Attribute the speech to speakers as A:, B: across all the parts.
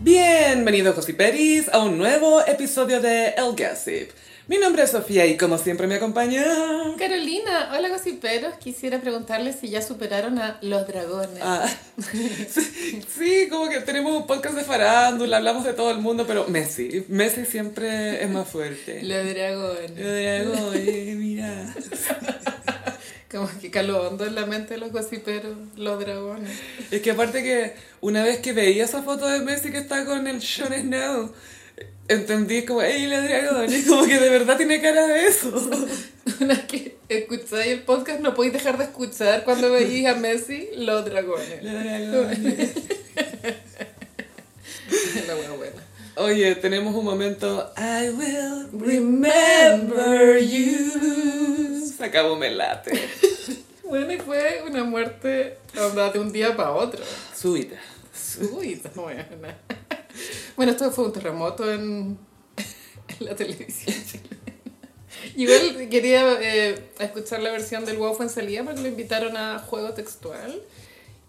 A: Bienvenidos, Gossiperis, a un nuevo episodio de El Gossip. Mi nombre es Sofía y como siempre me acompaña...
B: Carolina, hola gossiperos, quisiera preguntarles si ya superaron a los dragones.
A: Ah, sí, sí, como que tenemos un podcast de farándula, hablamos de todo el mundo, pero Messi, Messi siempre es más fuerte.
B: Los dragones.
A: Yo digo, "Oye, mira.
B: Como que caló hondo en la mente de los gossiperos, los dragones.
A: Es que aparte que una vez que veía esa foto de Messi que está con el Jon Snow, entendí como, ¡Ey, la dragón! Y como que de verdad tiene cara de eso.
B: Una vez que escucháis el podcast, no podéis dejar de escuchar cuando veis a Messi, los dragones.
A: La dragón.
B: La buena buena.
A: Oye, tenemos un momento. I will remember you. Se acabó Melate.
B: Bueno, y fue una muerte onda, de un día para otro.
A: Súbita.
B: Uy, está buena. Bueno, esto fue un terremoto en, en la televisión chilena. Igual quería eh, escuchar la versión del Wow Fuensalida porque lo invitaron a Juego Textual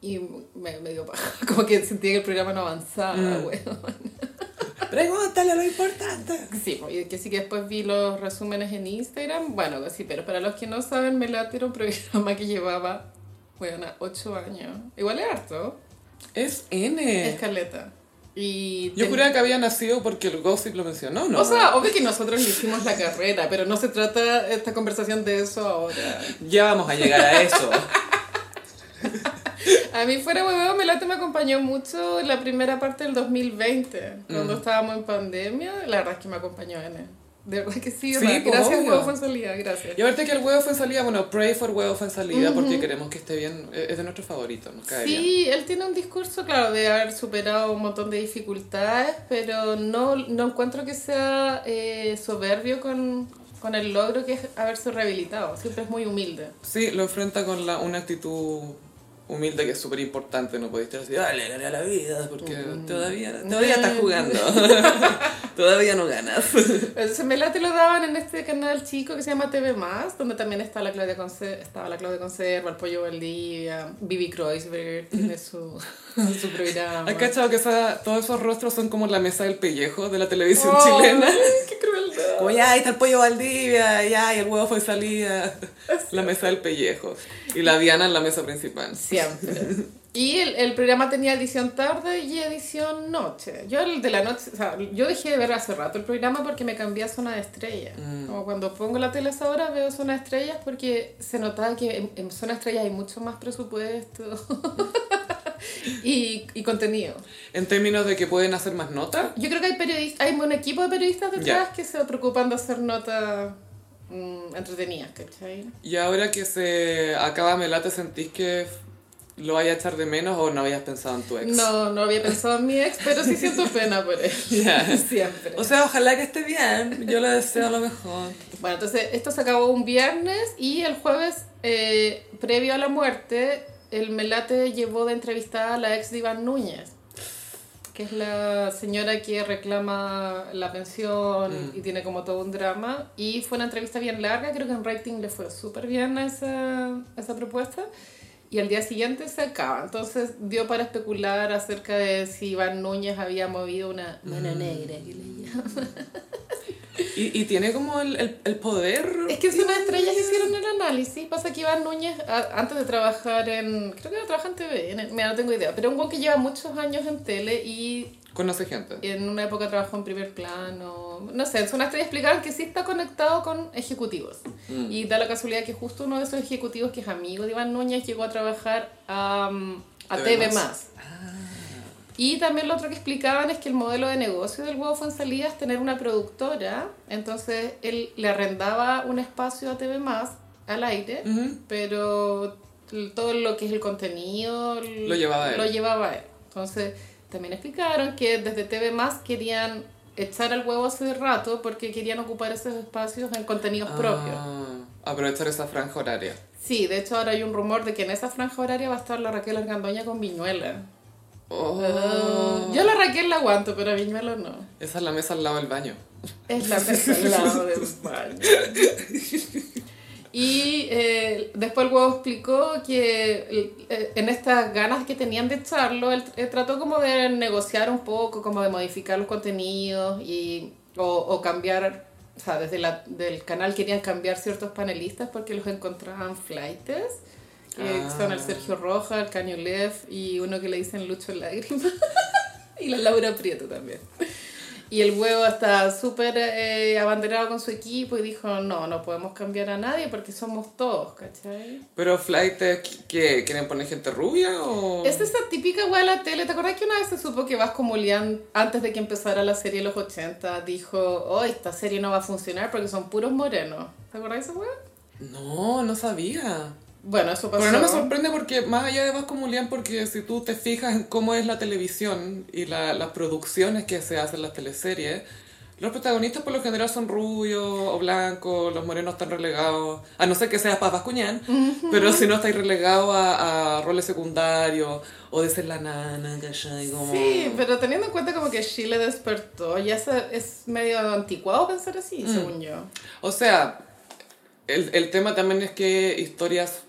B: y me, me dio paja. Como que sentía que el programa no avanzaba,
A: Mm.
B: weón.
A: Pregúntale lo importante.
B: Sí, po, y que sí que después vi los resúmenes en Instagram. Bueno, sí, pero para los que no saben, Melate era un programa que llevaba, bueno, 8 años. Igual es harto.
A: Es
B: Es
A: N.
B: caleta. Y
A: Yo
B: ten-
A: juraba que había nacido porque el gossip lo mencionó, ¿no?
B: O sea, obvio que nosotros le hicimos la carrera, pero no se trata esta conversación de eso ahora.
A: ya vamos a llegar a eso.
B: A mí fuera hueveo, Melate me acompañó mucho en la primera parte del 2020, cuando estábamos en pandemia. La verdad es que me acompañó N. De verdad que sí,
A: Sí,
B: Ra-
A: pues,
B: gracias
A: obvio.
B: huevo Fonsalía, gracias.
A: Y aparte que el huevo fue en salida, bueno, pray for huevo fue en salida porque queremos que esté bien. eh, Es de nuestro favorito, nos cae bien.
B: Sí, él tiene un discurso, claro, de haber superado un montón de dificultades, pero no, no encuentro que sea eh, soberbio con, con el logro que es haberse rehabilitado. Siempre es muy humilde.
A: Sí, lo enfrenta con la, una actitud humilde que es súper importante. No podéis estar así, dale, gané la vida, porque todavía, todavía estás jugando. todavía no ganas.
B: Entonces Mela te lo daban en este canal chico que se llama TV Más, donde también está la Claudia Conce- estaba la Claudia Conserva, el Pollo Valdivia, Bibi Kreuzberg tiene su, su programa.
A: ¿Has cachado que esa- todos esos rostros son como la mesa del pellejo de la televisión
B: Oh,
A: chilena?
B: ¡Qué crueldad!
A: Como ya, ahí está el pollo Valdivia, ya, y el huevo fue salida. La mesa del pellejo. Y la Diana en la mesa principal.
B: Siempre. Y el, el programa tenía edición tarde y edición noche. Yo el de la noche, o sea, yo dejé de ver hace rato el programa porque me cambié a Zona de Estrellas.
A: Mm.
B: Como cuando pongo la tele a esa hora veo Zona de Estrellas porque se notaba que en, en Zona de Estrellas hay mucho más presupuesto y, y contenido.
A: En términos de que pueden hacer más notas.
B: Yo creo que hay periodistas, hay un equipo de periodistas detrás
A: Ya.
B: que se preocupan de hacer notas mm, entretenidas, ¿cachai?
A: Y ahora que se acaba Melate, ¿sentís que lo vaya a echar de menos o no habías pensado en tu ex?
B: No, no había pensado en mi ex, pero sí siento pena por él.
A: Ya.
B: Siempre.
A: O sea, ojalá que esté bien. Yo le deseo lo mejor.
B: Bueno, entonces esto se acabó un viernes y el jueves, eh, previo a la muerte, el Melate llevó de entrevistada a la ex de Iván Núñez, que es la señora que reclama la pensión y tiene como todo un drama. Y fue una entrevista bien larga, creo que en rating le fue súper bien a esa, a esa propuesta. Y al día siguiente se acaba. Entonces dio para especular acerca de si Iván Núñez había movido una
A: Mm.
B: mano negra. que le llaman.
A: Y, y tiene como el, el- el poder.
B: Es que en Zona de Estrellas hicieron el análisis. Pasa que Iván Núñez, a- antes de trabajar en. Creo que no trabaja en TVN, mira, no tengo idea. Pero un guan que lleva muchos años en tele y
A: Conoce gente.
B: en una época trabajó en primer plano. No sé, en Zona de Estrellas explicaron que sí está conectado con ejecutivos. Y da la casualidad que justo uno de esos ejecutivos, que es amigo de Iván Núñez, llegó a trabajar a, um, a
A: TV+.
B: TV. Más. Y también lo otro que explicaban es que el modelo de negocio del huevo Fuensalida es tener una productora. Entonces él le arrendaba un espacio a TV Más al aire,
A: Ujú.
B: pero l- todo lo que es el contenido l-
A: Lo llevaba él.
B: lo llevaba él. Entonces también explicaron que desde TV Más querían echar al huevo hace rato porque querían ocupar esos espacios en contenidos propios.
A: Ah, aprovechar esa franja horaria.
B: Sí, de hecho ahora hay un rumor de que en esa franja horaria va a estar la Raquel Argandoña con Viñuela.
A: Oh.
B: Yo a la Raquel la aguanto, pero a Viñuela no.
A: Esa es la mesa al lado del baño.
B: Es la mesa al lado del baño. Y eh, después el huevo explicó que eh, en estas ganas que tenían de echarlo, él, eh, trató como de negociar un poco, como de modificar los contenidos y, o, o cambiar, o sea, desde la, del canal querían cambiar ciertos panelistas porque los encontraban flightes. Que
A: Ah.
B: son el Sergio Roja, el Cañulef y uno que le dicen Lucho Lágrima y la Laura Prieto también. Y el huevo está súper eh, abanderado con su equipo y dijo, no, no podemos cambiar a nadie porque somos todos, ¿cachai?
A: Pero Flight, ¿qué? ¿Quieren poner gente rubia o...?
B: Este Es esa típica hueá de la tele, ¿te acuerdas que una vez se supo que Vasco Mulián, antes de que empezara la serie de los 80, dijo, oh, esta serie no va a funcionar porque son puros morenos? ¿Te acuerdas de esa hueá?
A: No, no sabía.
B: Bueno, eso pasó.
A: Pero no me sorprende porque, más allá de Vasco Mulián, porque si tú te fijas en cómo es la televisión y la- las producciones que se hacen las teleseries, los protagonistas por lo general son rubios o blancos, los morenos están relegados, a no ser que seas Paz Vascuñán, pero si no estáis relegados a, a roles secundarios o de ser la nana, ¿cachai? Como...
B: Sí, pero teniendo en cuenta como que Chile despertó, ya se- es medio anticuado pensar así,
A: Mm.
B: según yo.
A: O sea, el, el tema también es que historias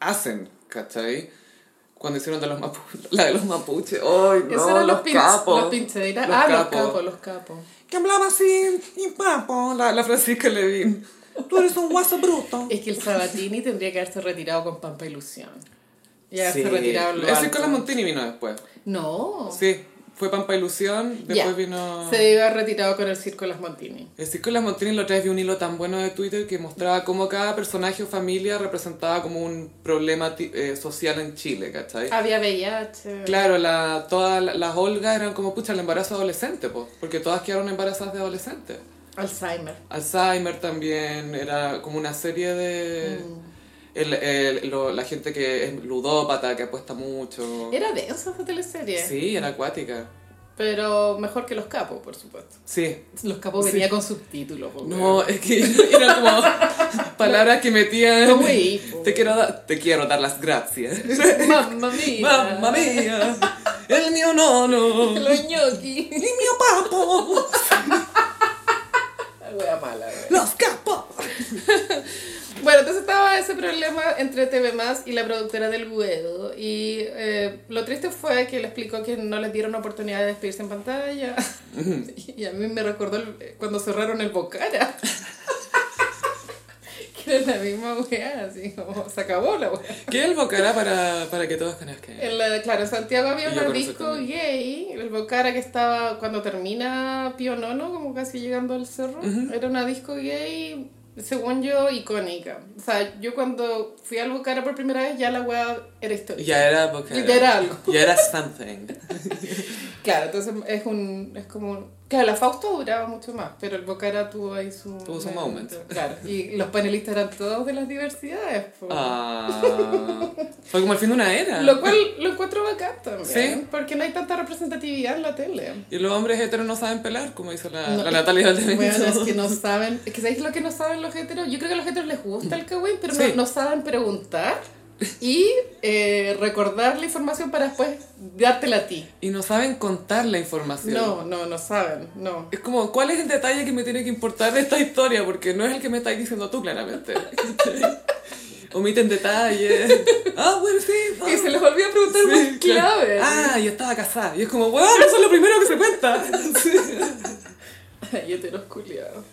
A: hacen, ¿cachai? Cuando hicieron de los mapu- la de los mapuches, ¡ay,
B: Eso
A: no!
B: eran
A: Los,
B: pin-
A: capos.
B: Los pincheiras.
A: Los
B: ah,
A: capos.
B: los capos, los capos.
A: Que hablaba así, y papo, la, la Francisca Levin. Tú eres un guaso bruto.
B: Es que el Sabatini tendría que haberse retirado con Pampa Ilusión. Y haberse
A: Sí.
B: retirado en lo
A: Ese
B: alto.
A: con la Montini vino después.
B: No.
A: Sí, fue Pampa Ilusión, después
B: Oh. Ya.
A: vino...
B: Se iba retirado con el circo de las Montini.
A: Es decir, con las Montini la otra vez vi un hilo tan bueno de Twitter que mostraba cómo cada personaje o familia representaba como un problema ti- eh, social en Chile, ¿cachai?
B: Había VIH.
A: Claro, la, todas la- las Olga eran como, pucha, el embarazo adolescente, pues, porque todas quedaron embarazadas de adolescentes.
B: Alzheimer.
A: Alzheimer también, era como una serie de... el- el- lo- la gente que es ludópata, que apuesta mucho.
B: Era densa esa teleserie.
A: Sí, era acuática.
B: Pero mejor que los capos, por supuesto.
A: Sí.
B: Los capos
A: Sí.
B: venía con subtítulos. po,
A: No, es que eran como palabras que metían...
B: Como hipo.
A: Te quiero, dar- te quiero dar las gracias.
B: weón. Mamma mía.
A: Mamma mía, el mío nono, el
B: Los ñoquis.
A: mío papo,
B: Wea mala, wea.
A: los capos.
B: Bueno, entonces estaba ese problema entre TV Más y la productora del huevo. Y eh, lo triste fue que le explicó que no les dieron oportunidad de despedirse en pantalla. y a mí me recordó el- cuando cerraron el Bocara. que era la misma wea, así como se acabó la wea.
A: ¿Qué es el Bocara para, para que todos conozcan?
B: En la- claro, en Santiago había
A: Y yo
B: un
A: conocí
B: disco
A: también.
B: gay, el Bocara que estaba cuando termina Pío Nono, como casi llegando al cerro. Era una disco gay, según yo, icónica. O sea, yo cuando fui al Bocara por primera vez, ya la weá era histórica.
A: Ya era Bocara.
B: Ya era algo.
A: Ya era something.
B: Claro, entonces es un. Es como un- Claro, la Fausto duraba mucho más, pero el Bocara tuvo ahí su.
A: Tuvo su moment.
B: Claro, y los panelistas eran todos de las diversidades. po.
A: Ah, fue como el fin de una era.
B: Lo cual lo encuentro bacán también,
A: Sí.
B: porque no hay tanta representatividad en la tele.
A: Y los hombres heteros no saben pelar, como dice la,
B: No.
A: Ah, la Natalia Valdebenito.
B: Bueno, es que no saben, es que ¿sabéis lo que no saben los heteros? Yo creo que a los heteros les gusta el kawaii, pero no-
A: Sí.
B: no, saben preguntar y eh, recordar la información para después dártela a ti.
A: Y no saben contar la información.
B: No, no, no saben, no.
A: Es como, ¿cuál es el detalle que me tiene que importar de esta historia? Porque no es el que me estás diciendo tú, claramente. Omiten detalles. Ah, bueno, sí. ah,
B: Y se les olvida preguntar
A: sí,
B: más claves.
A: Ah, yo estaba casada. Y es como, bueno, eso es lo primero que se cuenta. Sí.
B: Ay, heteros culiados.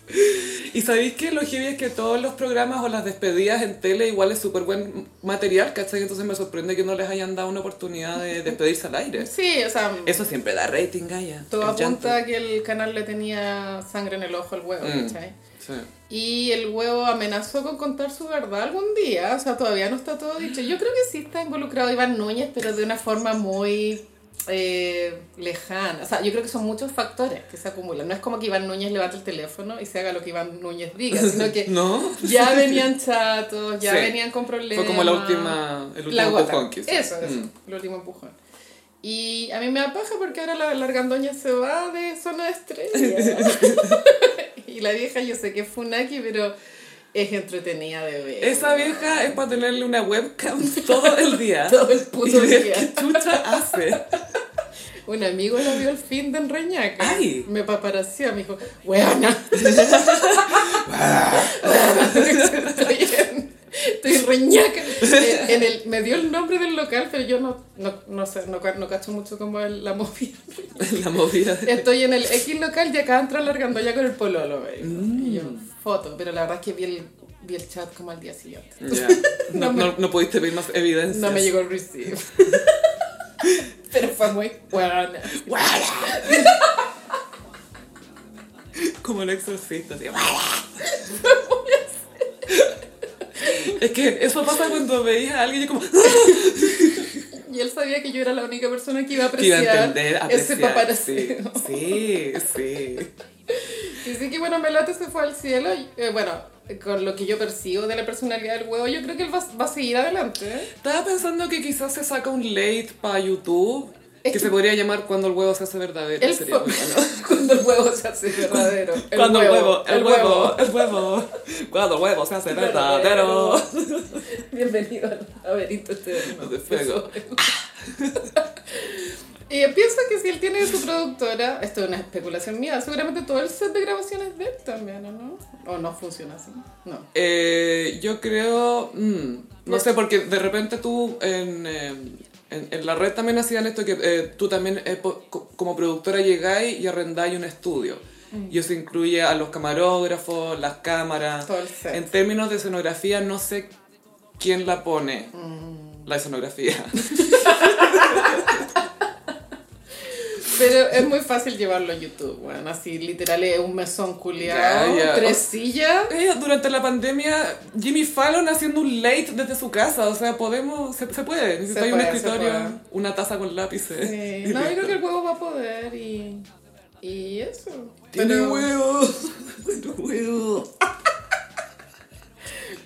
A: Y sabéis que lo heavy es que todos los programas o las despedidas en tele igual es súper buen material, ¿cachai? Entonces me sorprende que no les hayan dado una oportunidad de despedirse al aire.
B: Sí, o sea,
A: Eso siempre da rating, Gaya.
B: todo
A: El llanto.
B: apunta a que el canal le tenía sangre en el ojo al huevo,
A: Mm.
B: ¿cachai?
A: Sí.
B: Y el huevo amenazó con contar su verdad algún día. O sea, todavía no está todo dicho. Yo creo que sí está involucrado Iván Núñez, pero de una forma muy eh, lejana. O sea, yo creo que son muchos factores que se acumulan. No es como que Iván Núñez levante el teléfono y se haga lo que Iván Núñez diga, sino que
A: ¿No?
B: ya venían chatos, ya
A: Sí.
B: venían con problemas.
A: Fue como la última, el último
B: La gota.
A: empujón que hizo.
B: Eso, eso,
A: Mm.
B: el último empujón. Y a mí me apaja porque ahora la, la argandoña se va de zona de estrella. y la vieja yo sé que es Funaki, pero es entretenida de ver.
A: Esa vieja es para tenerle una webcam todo el día.
B: Todo el puto
A: Y ver
B: día.
A: ¿Qué chucha hace?
B: Un amigo la vio al fin de Enreñaca.
A: Ay.
B: Me paparació, me dijo, weona.
A: ella.
B: que- Eh, en el, me dio el nombre del local, pero yo no, no, no sé, no, ca- no cacho mucho como el- la movida.
A: la movida. de-
B: Estoy en el X local y acá entra largando ya con el pololo, baby.
A: Mm.
B: Y yo, foto, pero la verdad es que vi el, vi el chat como al día siguiente.
A: Ya. No, no, no pudiste ver más evidencia.
B: No me llegó el receive. pero fue muy buena.
A: Como el exorcista. así, es que eso pasa cuando veías a alguien y como... "Ah,
B: Y él sabía que yo era la única persona que iba a
A: Que iba
B: apreciar,
A: a entender, a
B: ese
A: apreciar.
B: paparazzi.
A: Sí, sí, sí.
B: Y sí que bueno, Melate se fue al cielo. y, eh, bueno, con lo que yo percibo de la personalidad del huevo, yo creo que él va, va a seguir adelante. ¿eh?
A: Estaba pensando que quizás se saca un late para YouTube que,
B: Es que-
A: se podría llamar Cuando el huevo se hace verdadero.
B: Él
A: sería
B: fue-
A: muy bueno.
B: cuando el huevo se hace verdadero. El
A: Cuando el huevo, el huevo, el huevo. Cuando el huevo se hace verdadero.
B: Bienvenido al laberinto eterno.
A: De fuego.
B: Y pienso que si él tiene su productora, esto es una especulación mía, seguramente todo el set de grabaciones de él también, ¿o no? O no funciona así. No.
A: Eh, yo creo. mm, no sé, porque de repente tú en, eh, en, en la red también hacían esto que eh, tú también eh, po- co- como productora llegáis y arrendáis un estudio. Y eso incluye a los camarógrafos, las cámaras.
B: Todo el set.
A: En términos de escenografía, no sé quién la pone.
B: Mm.
A: La escenografía.
B: Pero es muy fácil llevarlo a YouTube, bueno, así literal es un mesón culiado,
A: Ya, ya.
B: tres sillas.
A: Eh, durante la pandemia, Jimmy Fallon haciendo un late desde su casa. O sea, podemos. Se, se puede. Necesitáis un
B: puede, se
A: escritorio,
B: puede.
A: una taza con lápices.
B: Sí.
A: Y
B: Eh, No, yo
A: listo.
B: creo que el huevo va a poder y, y eso.
A: Tiene
B: Pero,
A: huevos. Tiene huevos.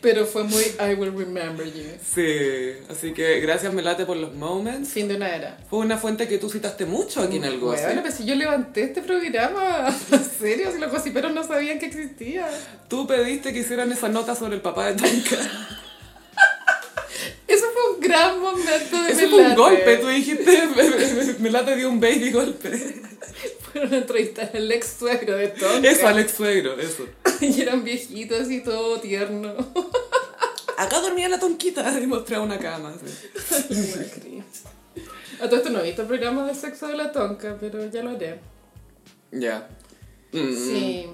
B: pero fue muy I will remember you.
A: Sí, así que gracias Melate por los moments.
B: Fin de una era.
A: Fue una fuente que tú citaste mucho aquí en el goce.
B: Bueno, pero si yo levanté este programa, en serio, si los gossiperos no sabían que existía.
A: Tú pediste que hicieran esa nota sobre el papá de Tonka.
B: Eso fue un gran momento de
A: Eso fue un
B: Melate.
A: golpe, tú dijiste. Melate dio un baby golpe.
B: Fueron a entrevistar al ex suegro de Tom.
A: Eso, Alex Suegro, eso.
B: Y eran viejitos y todo tierno.
A: Acá dormía la Tonquita y mostraba una cama. sí.
B: A todo esto no he visto el programa de sexo de la tonca, pero ya lo haré.
A: Ya. Mm.
B: Sí.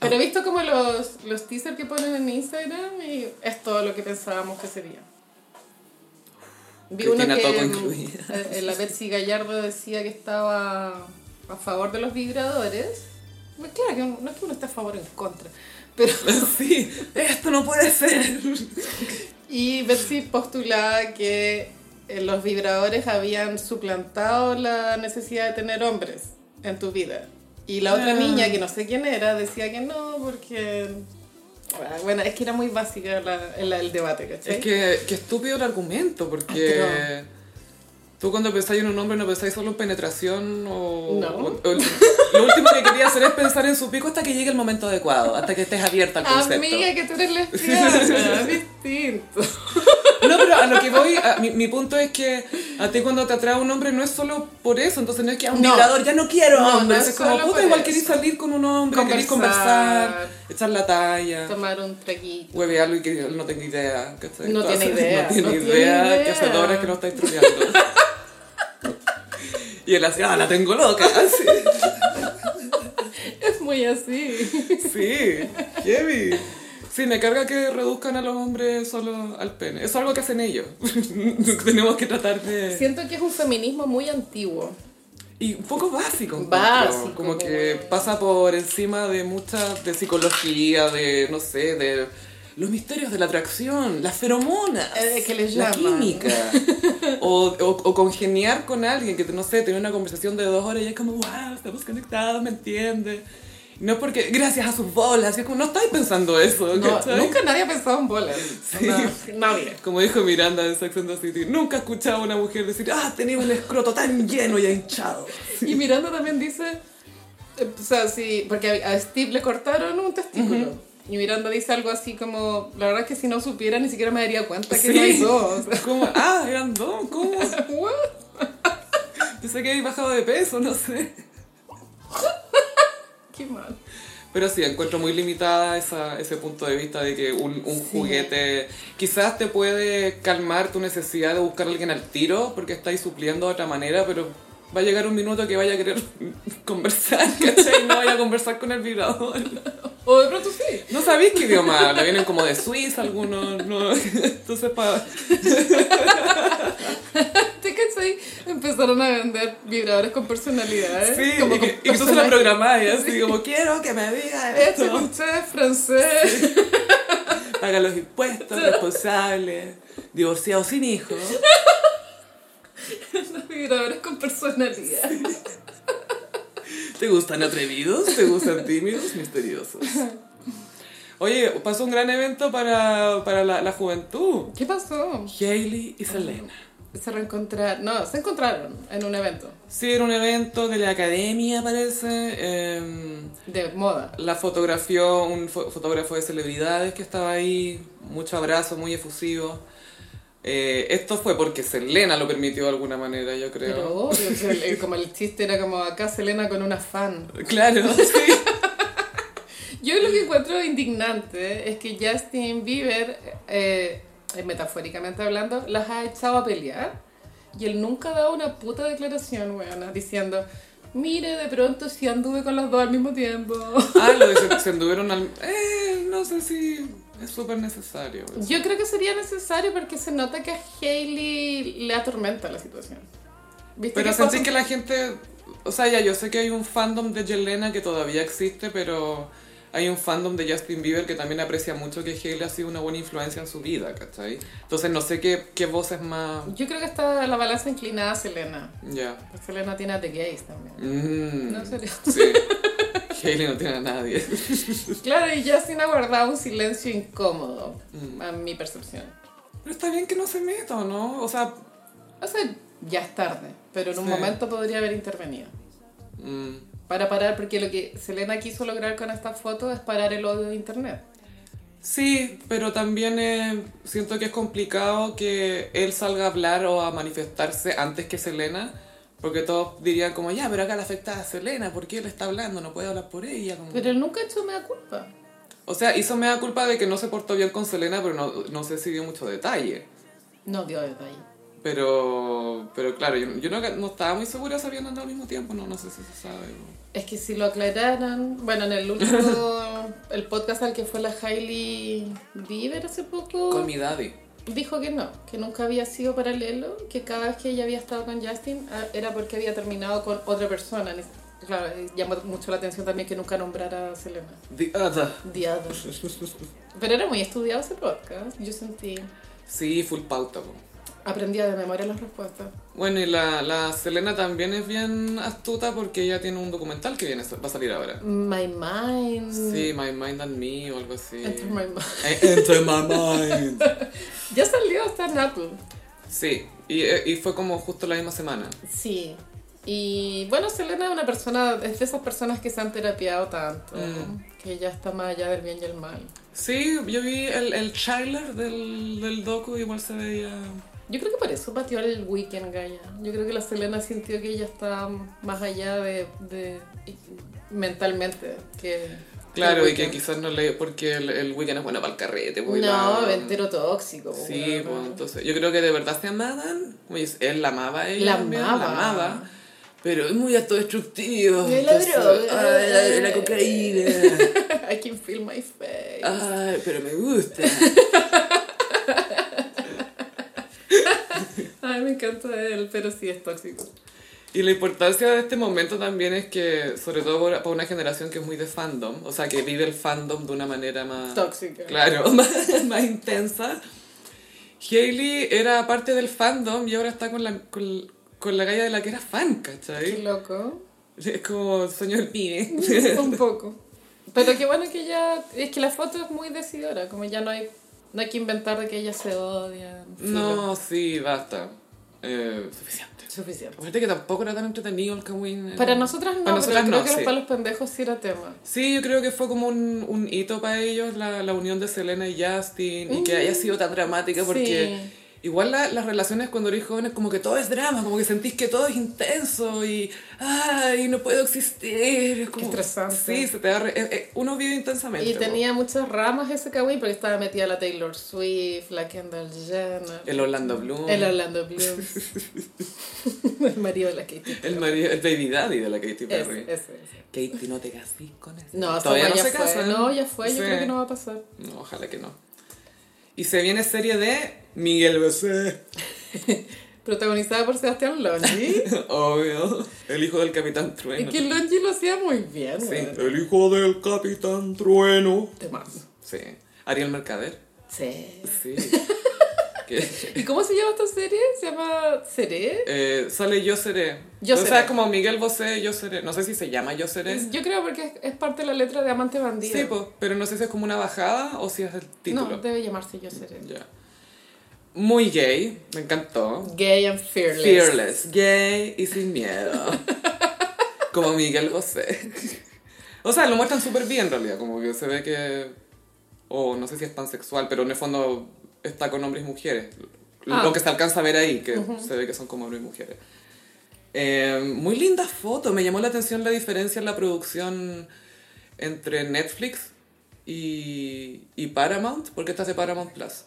B: Pero he visto como los, los teasers que ponen en Instagram y es todo lo que pensábamos que sería. Vi
A: Cristina,
B: uno
A: todo
B: que
A: incluido.
B: mm, eh, la Betsy Gallardo decía que estaba a favor de los vibradores. Bueno, Claro, que no es que uno esté a favor o en contra. Pero,
A: Sí, esto no puede ser.
B: y Betsy postulaba que eh, los vibradores habían suplantado la necesidad de tener hombres en tu vida. Y la otra
A: Ah.
B: niña, que no sé quién era, decía que no, porque... Ah, Bueno, es que era muy básica la- la- el debate, ¿cachai?
A: Es que, qué estúpido el argumento, porque
B: Asqueroso.
A: tú cuando pensáis en un hombre no pensáis solo en penetración o...
B: No.
A: o- o- lo último que quería hacer es pensar en su pico hasta que llegue el momento adecuado, hasta que estés abierta al concepto.
B: Amiga, que tú eres lesbiana, es distinto.
A: No, pero a lo que voy, a- mi, mi punto es que a ti cuando te atrae un hombre no es solo por eso, entonces no es que a un
B: No.
A: vibrador ya no quiero
B: No, no
A: hombres,
B: es
A: es como,
B: solo
A: puta,
B: por
A: igual
B: eso.
A: querés salir con un hombre, querés
B: Conversar.
A: conversar, echar la talla.
B: Tomar un traguito.
A: Huevearlo y que él no tenga idea. ¿cachai?
B: No
A: Entonces,
B: tiene idea,
A: No tiene
B: no tiene
A: idea,
B: idea.
A: que hace dos horas que lo está estudiando. y él así, ah, la tengo loca. Así.
B: Es muy así.
A: Sí, heavy. Sí, me carga que reduzcan a los hombres solo al pene. Eso es algo que hacen ellos. Tenemos que tratar de...
B: Siento que es un feminismo muy antiguo.
A: Y un poco básico. encuentro.
B: Básico,
A: Como que
B: como-
A: pasa por encima de muchas... De psicología, de, no sé, de... Los misterios de la atracción, las feromonas,
B: Eh, que les
A: la
B: llaman.
A: química, o, o, o congeniar con alguien que, no sé, tener una conversación de dos horas y es como, wow, estamos conectados, ¿me entiendes? No es porque, gracias a sus bolas, y es como, no estáis pensando eso,
B: No,
A: ¿cachai?
B: nunca nadie ha pensado en bolas. No, nadie.
A: Como dijo Miranda en Sex and the City, nunca he escuchado a una mujer decir, ah, tenía un escroto tan lleno y hinchado.
B: Y Miranda también dice, eh, o sea, sí, porque a a Steve le cortaron un testículo. Y Miranda dice algo así como, la verdad es que si no supiera ni siquiera me daría cuenta que no hay
A: Sí.
B: dos.
A: Como, ah, eran dos, ¿cómo?
B: What?
A: Pensé que habéis bajado de peso, no sé.
B: Qué mal.
A: Pero sí, encuentro muy limitada esa, ese punto de vista de que un, un
B: Sí.
A: juguete quizás te puede calmar tu necesidad de buscar a alguien al tiro porque estáis supliendo de otra manera, pero va a llegar un minuto que vaya a querer conversar, ¿cachai? No vaya a conversar con el vibrador.
B: O de pronto sí.
A: No sabéis qué idioma habla, vienen como de Suiza algunos, no. Entonces, para...
B: ¿Te cachai? Empezaron a vender vibradores con personalidades.
A: Sí,
B: como
A: y
B: con
A: que, y que tú se la
B: personajes.
A: programás y así como, quiero que me diga
B: Eh,
A: esto.
B: según usted es francés.
A: Paga los impuestos, responsable, divorciado sin hijos.
B: Los vibradores con personalidad.
A: ¿Te gustan atrevidos? ¿Te gustan tímidos? Misteriosos. Oye, pasó un gran evento para, para la, la juventud.
B: ¿Qué pasó?
A: Hailey y Selena.
B: Se reencontraron. No, se encontraron en un evento
A: Sí, era un evento de la academia, parece. em,
B: de moda.
A: La fotografió un fo- fotógrafo de celebridades que estaba ahí, mucho abrazo, muy efusivo. Eh, esto fue porque Selena lo permitió de alguna manera, yo creo.
B: Pero obvio, o sea, el- como el chiste era como acá Selena con una fan.
A: Claro, sí.
B: Yo lo
A: Mm.
B: que encuentro indignante es que Justin Bieber, eh, eh, metafóricamente hablando, las ha echado a pelear y él nunca ha dado una puta declaración, weona, diciendo, mire, de pronto si anduve con los dos al mismo tiempo.
A: Ah, lo de se, se anduvieron al... Eh, no sé si es súper necesario.
B: Yo creo que sería necesario porque se nota que a Hailey le atormenta la situación. ¿Viste
A: Pero
B: que
A: sentí
B: cosas-
A: que la gente... O sea, ya yo sé que hay un fandom de Yelena que todavía existe, pero hay un fandom de Justin Bieber que también aprecia mucho que Hailey ha sido una buena influencia en su vida, ¿cachai? Entonces no sé qué, qué voces más...
B: Yo creo que está la balanza inclinada a Selena.
A: Ya.
B: Selena tiene a The Gays también.
A: Mm,
B: No, en serio.
A: Sí. Hailey no tiene a nadie.
B: Claro, y Justin ha guardado un silencio incómodo, a mi percepción.
A: Mm. Pero está bien que no se meta, ¿o ¿no? O sea,
B: O sea, ya es tarde, pero en un
A: Sí.
B: momento podría haber intervenido.
A: mm,
B: Para parar, porque lo que Selena quiso lograr con esta foto es parar el odio de internet.
A: sí, pero también eh, siento que es complicado que él salga a hablar o a manifestarse antes que Selena. Porque todos dirían como, ya, pero acá la afecta a Selena, ¿por qué él está hablando? No puede hablar por ella. como-
B: Pero él nunca ha hecho mea culpa.
A: O sea, hizo me da culpa de que no se portó bien con Selena, pero no, no sé si dio mucho detalle.
B: No dio detalle.
A: Pero, pero claro, yo, yo no, no estaba muy segura si habían andado al mismo tiempo, no, no sé si se sabe.
B: Es que si lo aclararan, bueno, en el último, el podcast al que fue la Hailey Bieber hace poco,
A: Con mi daddy.
B: dijo que no, que nunca había sido paralelo, que cada vez que ella había estado con Justin ah, era porque había terminado con otra persona. Ni- Claro, eh, llamó mucho la atención también que nunca nombrara a Selena.
A: The other.
B: The other. Pero era muy estudiado ese podcast, yo sentí.
A: Sí, full pauta. po.
B: Aprendía de memoria las respuestas.
A: Bueno, y la, la Selena también es bien astuta porque ella tiene un documental que viene, va a salir ahora.
B: My mind.
A: Sí, My Mind and Me o algo así.
B: Enter my mind.
A: Eh, Enter my mind.
B: Ya salió, está en Apple.
A: Sí, y, eh, y fue como justo la misma semana.
B: Sí. Y bueno, Selena es una persona, es de esas personas que se han terapiado tanto,
A: Mm.
B: que ya está más allá del bien y el mal.
A: Sí, yo vi el, el trailer del, del docu, igual se veía...
B: Yo creo que por eso pateó el weekend, Gaia. Yo creo que la Selena sintió que ella está más allá de, de- mentalmente que...
A: Claro,
B: el
A: y que
B: Weeknd.
A: quizás no le... Porque el, el weekend es bueno para el carrete. pues, y
B: No,
A: la-
B: entero tóxico.
A: Sí,
B: bueno.
A: pues entonces yo creo que de verdad se amaban. como ellos- Él la amaba, a ella
B: La
A: también,
B: amaba.
A: la amaba. Pero es muy autodestructivo.
B: Y la
A: entonces,
B: droga.
A: Ay, la, la cocaína.
B: I can feel my face.
A: Ay, pero me gusta.
B: Ay, me encanta él, pero sí es tóxico.
A: Y la importancia de este momento también es que, sobre todo por- para una generación que es muy de fandom, o sea, que vive el fandom de una manera más...
B: Tóxica.
A: Ah. Claro, más, más intensa. Hailey era parte del fandom y ahora está con la, con, con la galla de la que era fan,
B: Qué
A: ¿cachai?
B: loco.
A: Es como sueño del pibe.
B: Un poco. Pero qué bueno que ella. Es que la foto es muy decidora, como ya no hay, no hay que inventar de que ellas se odian.
A: No, sí, basta. Eh, suficiente.
B: Suficiente.
A: Aparte que tampoco era tan entretenido el Kawin.
B: Para nosotras no,
A: Para nosotras
B: pero creo
A: no,
B: que los
A: sí.
B: palos pendejos sí era tema.
A: Sí, yo creo que fue como un, un hito para ellos la, la unión de Selena y Justin y que haya sido tan dramática porque
B: Sí.
A: Igual la- las relaciones cuando eres joven es como que todo es drama, como que sentís que todo es intenso y ay, no puedo existir. Es como,
B: estresante.
A: Sí, se te da re- eh, eh, uno vive intensamente.
B: Y
A: po.
B: tenía muchas ramas ese kawaii porque estaba metida la Taylor Swift, la Kendall Jenner, el,
A: el Orlando Bloom, el,
B: Orlando Bloom, el marido de la Katy.
A: marido- el baby daddy de la Katy Perry.
B: Ese, ese, ese.
A: Katy, no te casís con eso.
B: No,
A: todavía no
B: ya
A: se
B: fue.
A: casan.
B: No, ya fue,
A: Sí.
B: yo creo que no va a pasar.
A: No, ojalá que no. Y se viene serie de Miguel Bosé.
B: Protagonizada por Sebastián Longy.
A: Obvio. El hijo del Capitán
B: y
A: Trueno.
B: que Longy lo hacía muy bien,
A: Sí,
B: weón.
A: el hijo del Capitán Trueno.
B: Temazo.
A: Sí. Ariel Mercader.
B: Sí.
A: Sí. Que,
B: ¿Y cómo se llama esta serie? ¿Se llama Seré?
A: eh, sale Yo Seré.
B: Yo
A: o sea,
B: Seré.
A: es como Miguel Bosé, Yo Seré. No sé si se llama Yo Seré.
B: Yo creo porque es, es parte de la letra de Amante Bandido.
A: Sí, po, pero no sé si es como una bajada o si es el título.
B: No, debe llamarse Yo Seré.
A: Ya. Muy gay, me encantó.
B: Gay and Fearless.
A: Fearless, gay y sin miedo. Como Miguel Bosé. O sea, lo muestran súper bien en realidad, como que se ve que... O no sé si es tan sexual, pero en el fondo está con hombres y mujeres.
B: Ah.
A: Lo que se alcanza a ver ahí, que se ve que son como hombres y mujeres. Eh, muy linda foto, me llamó la atención la diferencia en la producción entre Netflix y, y Paramount, porque esta es de Paramount Plus.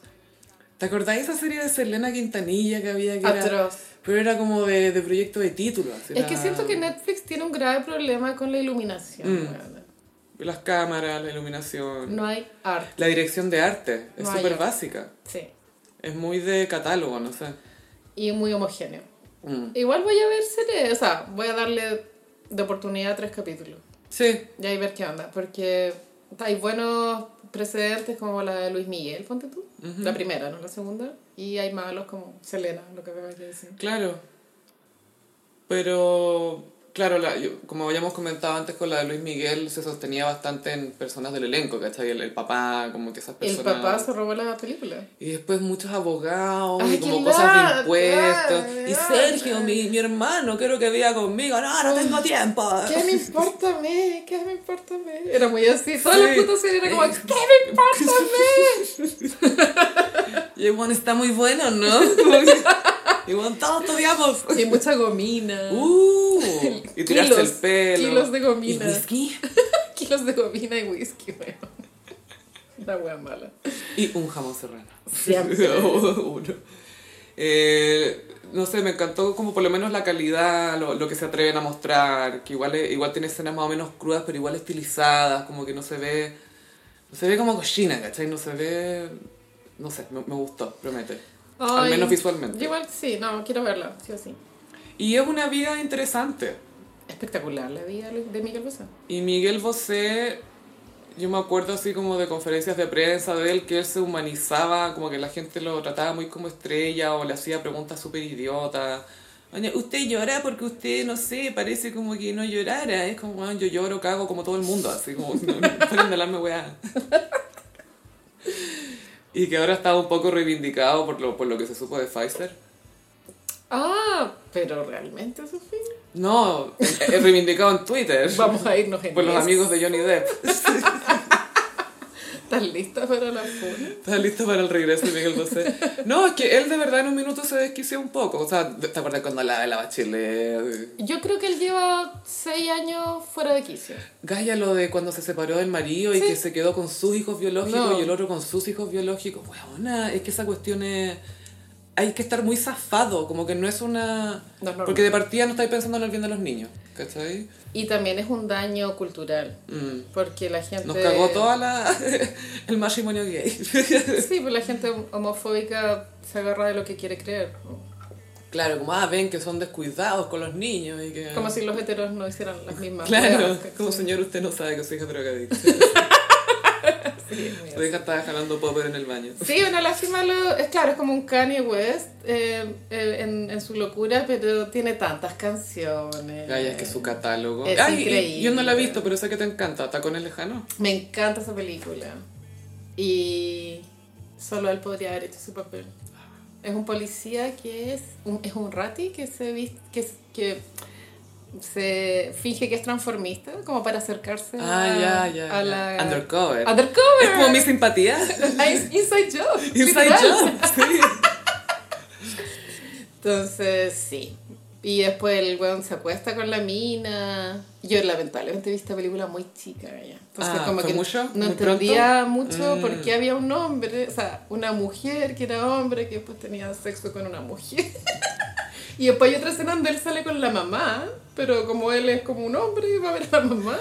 A: ¿Te acordáis de esa serie de Selena Quintanilla que había que era-
B: Atroz.
A: pero era como de, de proyecto de título. así
B: Es que
A: era-
B: siento que Netflix tiene un grave problema con la iluminación.
A: Mm.
B: weón.
A: Las cámaras, la iluminación.
B: No hay arte.
A: La dirección de arte es
B: No hay
A: súper
B: arte.
A: básica.
B: Sí.
A: Es muy de catálogo, no sé.
B: Y muy homogéneo.
A: Mm.
B: Igual voy a ver serie. O sea, voy a darle de oportunidad tres capítulos.
A: Sí,
B: Y ahí ver qué onda. Porque hay buenos precedentes como la de Luis Miguel, ponte tú. La primera, no la segunda. Y hay malos como Selena, lo que acabas de decir.
A: claro. Pero, claro, la- yo- como habíamos comentado antes con la de Luis Miguel, se sostenía bastante en personas del elenco, ¿cachai? El, el papá, como que esas
B: El
A: personas.
B: papá se robó la película.
A: Y después muchos abogados
B: Ay,
A: y como
B: qué
A: cosas de
B: lata,
A: impuestos.
B: ay,
A: Y
B: ay.
A: Sergio, mi, mi hermano, quiero que viva conmigo. No, no tengo tiempo.
B: ¿Qué me importa a mí? ¿Qué me importa a mí? Era muy así. Toda la
A: Sí.
B: puta serie era como, ¿qué me importa a mí?
A: Yeguan está muy bueno, ¿no? Yeguan, todos estudiamos.
B: Y mucha gomina.
A: Uh, y tirarse
B: Kilos,
A: el pelo.
B: kilos de gomina.
A: ¿Y whisky?
B: Kilos de gomina y whisky, weón. Una wea mala.
A: Y un jamón serrano.
B: Siempre.
A: Uno. Eh, no sé, me encantó como por lo menos la calidad, lo, lo que se atreven a mostrar, que igual, es- igual tiene escenas más o menos crudas, pero igual estilizadas, como que no se ve, no se ve como cochina, ¿cachai? No se ve, no sé, me, me gustó, promete. Al
B: Ay,
A: menos visualmente.
B: Igual sí, no, quiero verla, sí o sí.
A: Y es una vida interesante.
B: Espectacular la vida de Miguel Bosé.
A: Y Miguel Bosé, yo me acuerdo así como de conferencias de prensa de él, que él se humanizaba, como que la gente lo trataba muy como estrella o le hacía preguntas súper idiotas. Oye, usted llora porque usted, no sé, parece como que no llorara. Es como, "Bueno, yo lloro, cago como todo el mundo, así como, no, no, paren de hablarme, weá. Y que ahora está un poco reivindicado por lo, por lo que se supo de Pfizer.
B: Ah, pero realmente, Sofía.
A: No, es reivindicado en Twitter.
B: Vamos a irnos en
A: Por los
B: eso.
A: amigos de Johnny Depp.
B: ¿Estás lista para la funa?
A: ¿Estás listo para el regreso de Miguel Bosé? No, es que él de verdad en un minuto se desquició un poco. O sea, ¿te acuerdas cuando la la bachelet?
B: Yo creo que él lleva seis años fuera de quicio.
A: Gaya lo de cuando se separó del marido y
B: Sí.
A: que se quedó con sus hijos biológicos
B: No.
A: y el otro con sus hijos biológicos. Weona, es que esa cuestión es... Hay que estar muy zafado, como que no es una...
B: No es normal.
A: Porque de partida no estáis pensando en el bien de los niños, ¿cachai?
B: Y también es un daño cultural.
A: Mm.
B: Porque la gente.
A: Nos cagó toda la... el matrimonio gay.
B: Sí, pues la gente homofóbica se agarra de lo que quiere creer.
A: claro, como, ah, ven que son descuidados con los niños y que...
B: Como si los heteros no hicieran las mismas
A: Claro,
B: weas, ¿cachai?
A: como señor usted no sabe que su hija es drogadicta.
B: Sí, es muy
A: Su hija estaba jalando popper en el baño.
B: Sí, una lástima, lo, es claro, es como un Kanye West eh, eh, en, en su locura, pero tiene tantas canciones.
A: Gaya, es que su catálogo.
B: Es
A: Ay, y-
B: increíble.
A: yo no la he visto, pero sé que te encanta. Tacones lejanos.
B: Me encanta esa película. Y solo él podría haber hecho su papel. Es un policía que es un, es un rati que se, vis- que, es- que se finge que es transformista, como para acercarse
A: Ah,
B: a,
A: ya, ya. ya.
B: a la...
A: Undercover.
B: Undercover.
A: Es como mi simpatía.
B: Ah, es Inside Job.
A: Inside
B: literal.
A: Job. Sí.
B: Entonces, sí. Y después el weón se acuesta con la mina. Yo lamentablemente vi esta película muy chica ya. Entonces
A: Ah,
B: como
A: ¿fue
B: que
A: mucho?
B: no
A: ¿Muy
B: entendía mucho
A: Mm.
B: por qué había un hombre, o sea, una mujer que era hombre que después tenía sexo con una mujer. y después hay otra escena donde él sale con la mamá, pero como él es como un hombre va a ver a la mamá.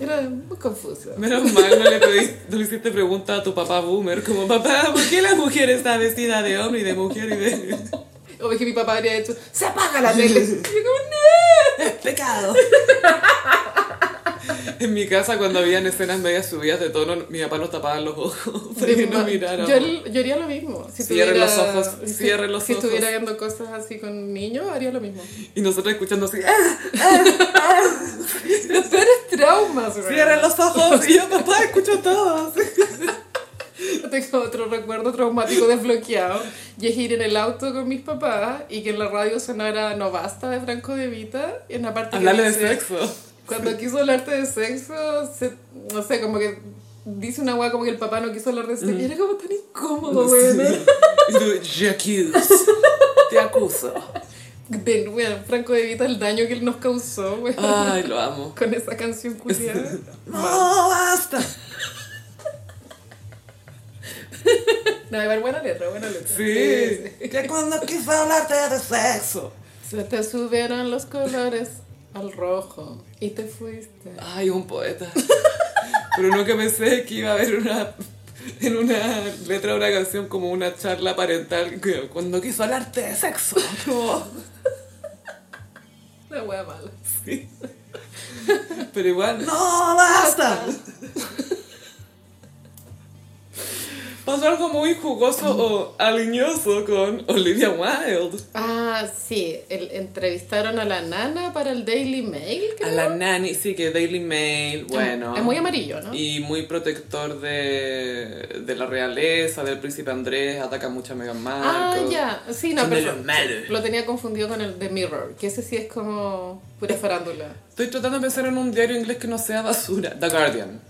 B: Era muy confuso.
A: Menos mal no le, pediste, no le hiciste pregunta a tu papá boomer, como papá, ¿por qué la mujer está vestida de hombre y de mujer y de...
B: O que mi papá habría hecho, se apaga la tele. Y yo como, "No".
A: pecado. En mi casa cuando habían escenas medias subidas de tono, mi papá nos tapaba los ojos para
B: De
A: que
B: mi
A: no
B: ma-
A: miráramos.
B: Yo, yo haría lo mismo. Si
A: Cierre
B: tuviera-
A: los ojos,
B: si-
A: cierre los
B: si
A: ojos.
B: estuviera viendo cosas así con niños, haría lo mismo.
A: Y nosotros escuchando así, ¡Ah,
B: Pero eres traumas, güey.
A: cierren los ojos. Y yo, papá, escucho todo.
B: Tengo otro recuerdo traumático desbloqueado. Y es ir en el auto con mis papás y que en la radio sonara No Basta de Franco de Vita. Y en la parte que
A: Hablarle de
B: dice-
A: sexo.
B: Cuando quiso hablarte de sexo, se- no sé, como que dice una weá como que el papá no quiso hablar de sexo. Y
A: Mm.
B: era como tan
A: Oh,
B: incómodo, güey. ¿no?
A: Y tú, "Je accuse. Te acuso.
B: De nuevo, Franco de Vita, el daño que él nos causó, güey.
A: Ay, lo amo.
B: Con esa canción culiada.
A: No, basta.
B: No, igual buena letra, buena letra.
A: Sí. Que cuando quiso hablarte de sexo.
B: Se te subieron los colores al rojo y te fuiste.
A: Ay, un poeta. Pero nunca pensé que iba a haber una, en una letra de una canción como una charla parental que cuando quiso hablarte de sexo. como-
B: La wea mala.
A: sí. Pero igual, no, basta. Pasó algo muy jugoso o aliñoso con Olivia Wilde.
B: Ah, sí. el- entrevistaron a la nana para el Daily Mail. creo.
A: A la nani, sí, que Daily Mail, bueno.
B: Es muy amarillo, ¿no?
A: Y muy protector de, de la realeza, del príncipe Andrés, ataca mucho a Meghan
B: Ah,
A: Markle.
B: ya. Sí, no,
A: Son de
B: pero
A: los malos.
B: lo tenía confundido con el The Mirror, que ese sí es como pura farándula.
A: Estoy tratando de pensar en un diario inglés que no sea basura. The Guardian.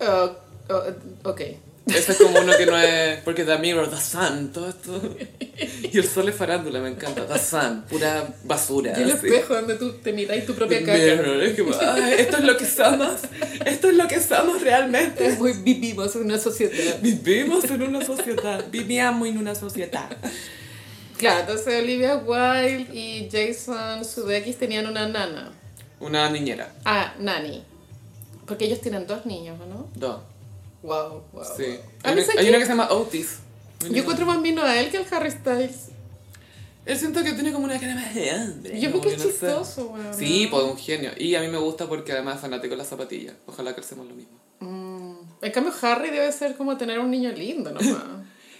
B: Oh, oh, ok.
A: Ese Este es como uno que no es... Porque The Mirror, The Sun, todo esto. Y el sol es farándula, me encanta. The Sun, pura basura.
B: Y el
A: así.
B: espejo donde tú te miráis tu propia caca.
A: Mirror, es como, "Ay, esto es lo que somos. Esto es lo que somos realmente.
B: Es muy vivimos en una sociedad.
A: Vivimos en una sociedad. Vivíamos en una sociedad.
B: Claro, entonces Olivia Wilde y Jason Sudeikis tenían una nana.
A: Una niñera.
B: Ah, nani. Porque ellos tienen dos niños, ¿o ¿no?
A: Dos.
B: Wow, wow.
A: Sí.
B: A
A: Hay,
B: mí
A: una,
B: sé
A: hay
B: que-
A: una que se llama Otis.
B: Yo encuentro más vino a él que al Harry Styles.
A: Él siento que tiene como una cara más de hambre.
B: Yo creo
A: como
B: que es
A: no sé.
B: chistoso, weón.
A: Sí, pues un genio. Y a mí me gusta porque además es fanático de las zapatillas. Ojalá que hacemos lo mismo.
B: Mm. En cambio, Harry debe ser como tener un niño lindo nomás.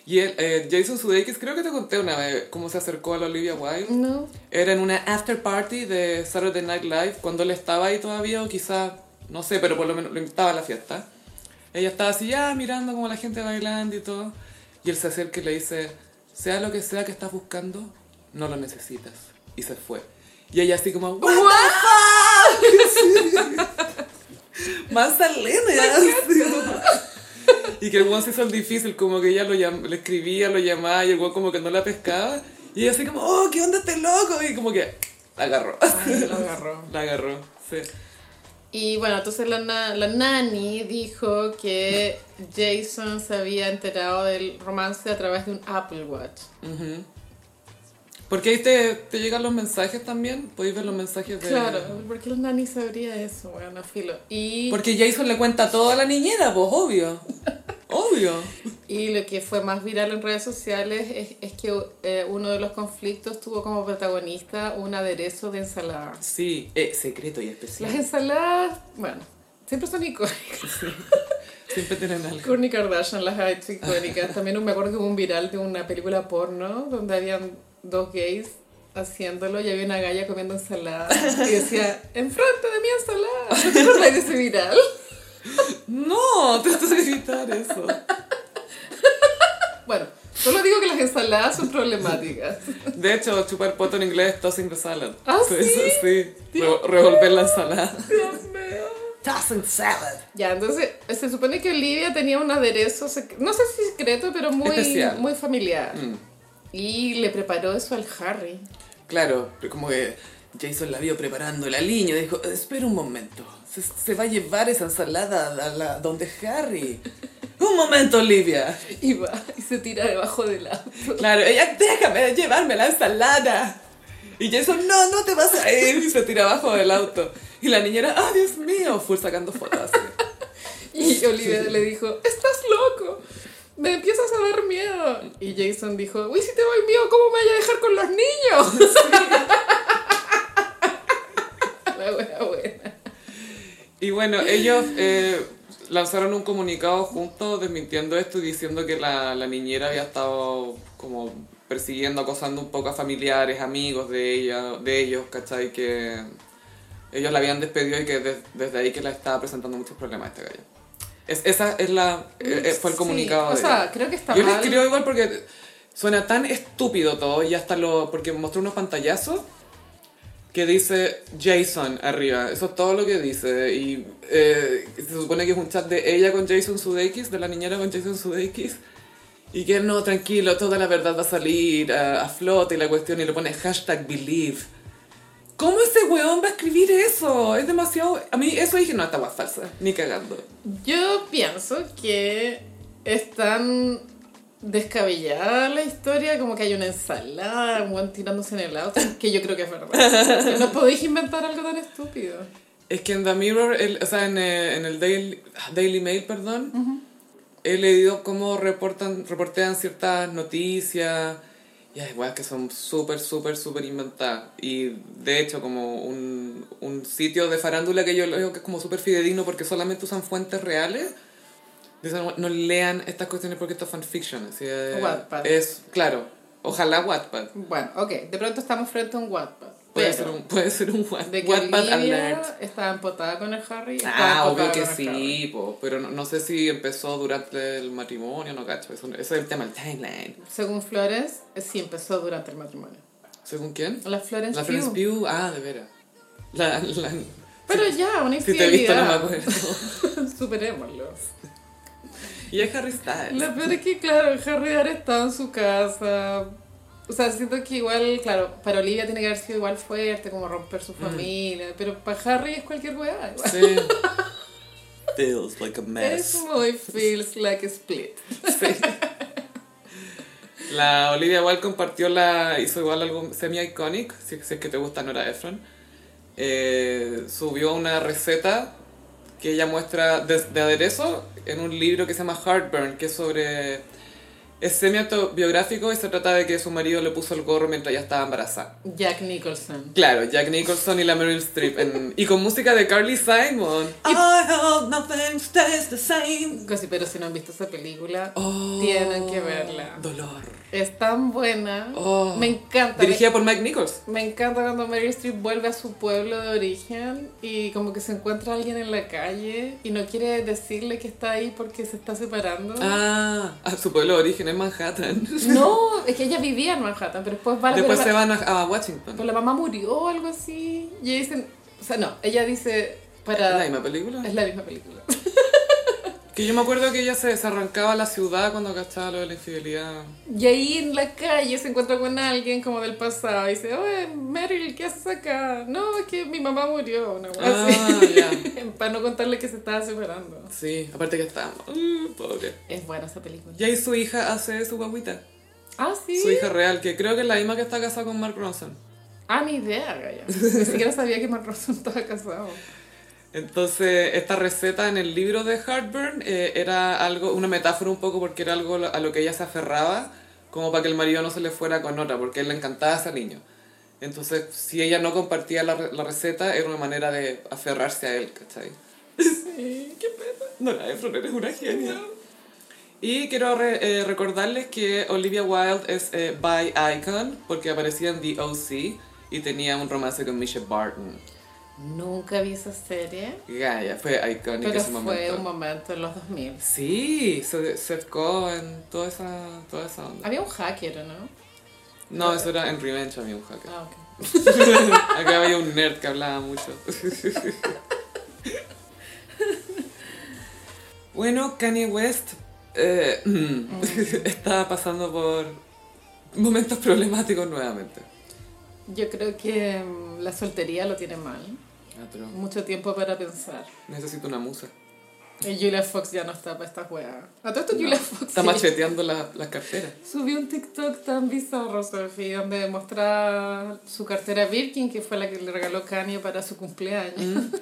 A: Y él, eh, Jason Sudeikis, creo que te conté una vez cómo se acercó a la Olivia Wilde.
B: No.
A: Era en una after party de Saturday Night Live, cuando él estaba ahí todavía, o quizás, no sé, pero por lo menos lo invitaba a la fiesta. Ella estaba así ya mirando como la gente bailando y todo. Y él se acerca y le dice, sea lo que sea que estás buscando, no lo necesitas. Y se fue. Y ella así como, "What the fuck?" Más alegre. Y que el weón se hizo el difícil, como que ella lo llam- le escribía, lo llamaba y el weón como que no la pescaba. Y ella así como, oh, ¿qué onda este loco? Y como que la agarró.
B: Ay, lo agarró.
A: La agarró, sí.
B: Y bueno, entonces la, na- la nani dijo que Jason se había enterado del romance a través de un Apple Watch.
A: Porque ahí te, te llegan los mensajes también, podéis ver los mensajes de...
B: Claro, ¿por qué la nani sabría eso? Bueno, filo. Y,
A: Porque Jason le cuenta todo a la niñera, pues obvio. Obvio.
B: y lo que fue más viral en redes sociales es, es que eh, uno de los conflictos tuvo como protagonista un aderezo de ensalada.
A: Sí, eh, secreto y
B: Las
A: especial.
B: ensaladas, bueno, siempre son icónicas.
A: Siempre tienen algo.
B: Kourtney Kardashian las ha hecho icónicas. También me acuerdo que hubo un viral de una película porno donde habían dos gays haciéndolo y había una galla comiendo ensalada y decía, enfrente de mi ensalada. ¿No te acordáis de ese viral?
A: No, te estás evitar eso.
B: Bueno, solo digo que las ensaladas son problemáticas.
A: De hecho, chupar poto en inglés es tossing the salad.
B: ¿Ah, sí?
A: sí. Re- revolver la ensalada.
B: Dios mío.
A: Tossing salad.
B: Ya, entonces se supone que Olivia tenía un aderezo, sec- no sé si secreto, pero muy,
A: Especial. Mm.
B: muy familiar. Y le preparó eso al Harry.
A: Claro, pero como que Jason la vio preparando la línea y dijo, espera un momento, se, se va a llevar esa ensalada a la, donde Harry. Un momento, Olivia.
B: Y va y se tira debajo del auto.
A: Claro, ella, déjame llevarme la ensalada. Y Jason, no, no te vas a ir. Y se tira abajo del auto. Y la niñera, ah, Dios mío, full sacando fotos. así.
B: Y Olivia le dijo, estás loco. Me empiezas a dar miedo. Y Jason dijo, uy, si te doy miedo, ¿cómo me vaya a dejar con los niños? La wea
A: Eh,
B: buena.
A: Y bueno, ellos eh, lanzaron un comunicado juntos desmintiendo esto y diciendo que la, la niñera había estado como persiguiendo, acosando un poco a familiares, amigos de ella, de ellos, ¿cachai? Que ellos la habían despedido y que des- desde ahí que la estaba presentando muchos problemas a este gallo. Es, esa es la, eh, eh, fue el
B: Sí,
A: comunicado.
B: O
A: de
B: sea,
A: ella.
B: creo que está
A: Yo les
B: mal.
A: creo igual porque suena tan estúpido todo y hasta lo... Porque mostró unos pantallazos que dice Jason arriba. Eso es todo lo que dice. Y eh, se supone que es un chat de ella con Jason Sudeikis, de la niñera con Jason Sudeikis. Y que no, tranquilo, toda la verdad va a salir a, a flote y la cuestión y le pone hashtag believe. ¿Cómo ese weón va a escribir eso? Es demasiado... A mí eso dije, no, esta weá es falsa, ni cagando.
B: Yo pienso que es tan descabellada la historia, como que hay una ensalada, un guan tirándose en el auto, que yo creo que es verdad. Que No podéis inventar algo tan estúpido.
A: Es que en The Mirror, el- o sea, en, eh, en el Daily, Daily Mail, perdón, he leído cómo reportan, reportean ciertas noticias y hay weas que son súper, súper, súper inventadas. Y de hecho, como un, un sitio de farándula que yo leo que es como súper fidedigno porque solamente usan fuentes reales. Dicen, "Bueno, no lean estas cuestiones porque esto es fanfiction. así es-
B: Wattpad.
A: Es, claro, ojalá Wattpad.
B: Bueno, ok, de pronto estamos frente a un Wattpad.
A: Puede,
B: pero
A: ser un, puede ser un Watt-
B: De que
A: Wattpad
B: Olivia
A: alert.
B: estaba empotada con el Harry. estaba
A: Ah, obvio
B: empotada
A: que
B: con el Harry.
A: sí, po, pero no, no sé si empezó durante el matrimonio, no cacho. Eso, ese es el tema, el timeline.
B: Según Flores, eh, sí empezó durante el matrimonio.
A: ¿Según quién?
B: La Florence,
A: La Florence
B: Pugh.
A: Pugh. Ah, de veras. La, la,
B: Pero ya, una
A: si te he visto, no me
B: infidelidad.
A: acuerdo.
B: Superémoslo.
A: Y es Harry Styles.
B: Lo peor es que, claro, Harry ahora estaba en su casa. O sea, siento que igual, claro, para Olivia tiene que haber sido igual fuerte, como romper
A: Mm.
B: su familia. Pero para Harry es cualquier weá. igual.
A: Sí. Feels like a
B: Es muy feels like a split.
A: La Olivia igual compartió la. hizo igual algo semi-iconic, si, si es que te gusta Nora Ephron. Eh, subió una receta que ella muestra de, de aderezo en un libro que se llama Heartburn, que es sobre. es semi-autobiográfico y se trata de que su marido le puso el gorro mientras ella estaba embarazada.
B: Jack Nicholson.
A: Claro, Jack Nicholson y la Meryl Streep. en- y con música de Carly Simon. I hope nothing stays the same.
B: Casi, pero si no han visto esa película,
A: Oh,
B: tienen que verla.
A: Dolor.
B: Es tan buena.
A: Oh.
B: Me encanta. me-
A: Dirigida por Mike Nichols.
B: Me encanta cuando Mary Streep vuelve a su pueblo de origen y como que se encuentra alguien en la calle y no quiere decirle que está ahí porque se está separando.
A: Ah, a su pueblo de origen es Manhattan.
B: No, es que ella vivía en Manhattan, pero después va a la
A: Después
B: pero
A: se
B: la-
A: van a, a Washington.
B: pero la mamá murió o algo así. Y ella dice, o sea, no, ella dice
A: ¿Es
B: para
A: la misma película?
B: es la misma película.
A: Que yo me acuerdo que ella se desarrancaba la ciudad cuando cachaba lo de la infidelidad.
B: Y ahí en la calle se encuentra con alguien como del pasado y dice, oye, Meryl, ¿qué haces acá? No, es que mi mamá murió, una cosa
A: Ah,
B: así.
A: ya.
B: para no contarle que se estaba separando.
A: Sí, aparte que estábamos. mm, pobre.
B: Es buena esa película.
A: Y ahí su hija hace su guaguita.
B: Ah, sí.
A: Su hija real, que creo que es la misma que está casada con Mark Ronson.
B: Ah, ni idea, Gaya. Ni siquiera sabía que Mark Ronson estaba casado.
A: Entonces, esta receta en el libro de Heartburn eh, era algo, una metáfora un poco porque era algo a lo que ella se aferraba como para que el marido no se le fuera con otra, porque a él le encantaba ese niño. Entonces, si ella no compartía la, re- la receta, era una manera de aferrarse a él, ¿cachai?
B: Sí, qué pena.
A: No, la Efron eres una genia. Y quiero re- eh, recordarles que Olivia Wilde es eh, by icon, porque aparecía en The O.C. y tenía un romance con Misha Barton.
B: Nunca vi esa serie,
A: Gaia, fue icónica
B: pero
A: ese
B: fue
A: momento.
B: un momento en los 2000.
A: Sí, se- Seth Cohen, toda esa, toda esa onda.
B: Había un hacker, ¿o ¿no?
A: No, eso era en Revenge, amigo hacker.
B: Ah, ok.
A: Acá había un nerd que hablaba mucho.
B: Mm.
A: Bueno, Kanye West eh, estaba pasando por momentos problemáticos nuevamente.
B: Yo creo que mm, la soltería lo tiene mal.
A: Ah, pero
B: Mucho tiempo para pensar.
A: necesito una musa.
B: Y Julia Fox ya no está para esta weá. A todo esto Julia Fox
A: Está
B: sí.
A: macheteando la- las carteras.
B: subió un TikTok tan bizarro, Sophie, donde mostraba su cartera Birkin, que fue la que le regaló Kanye para su cumpleaños.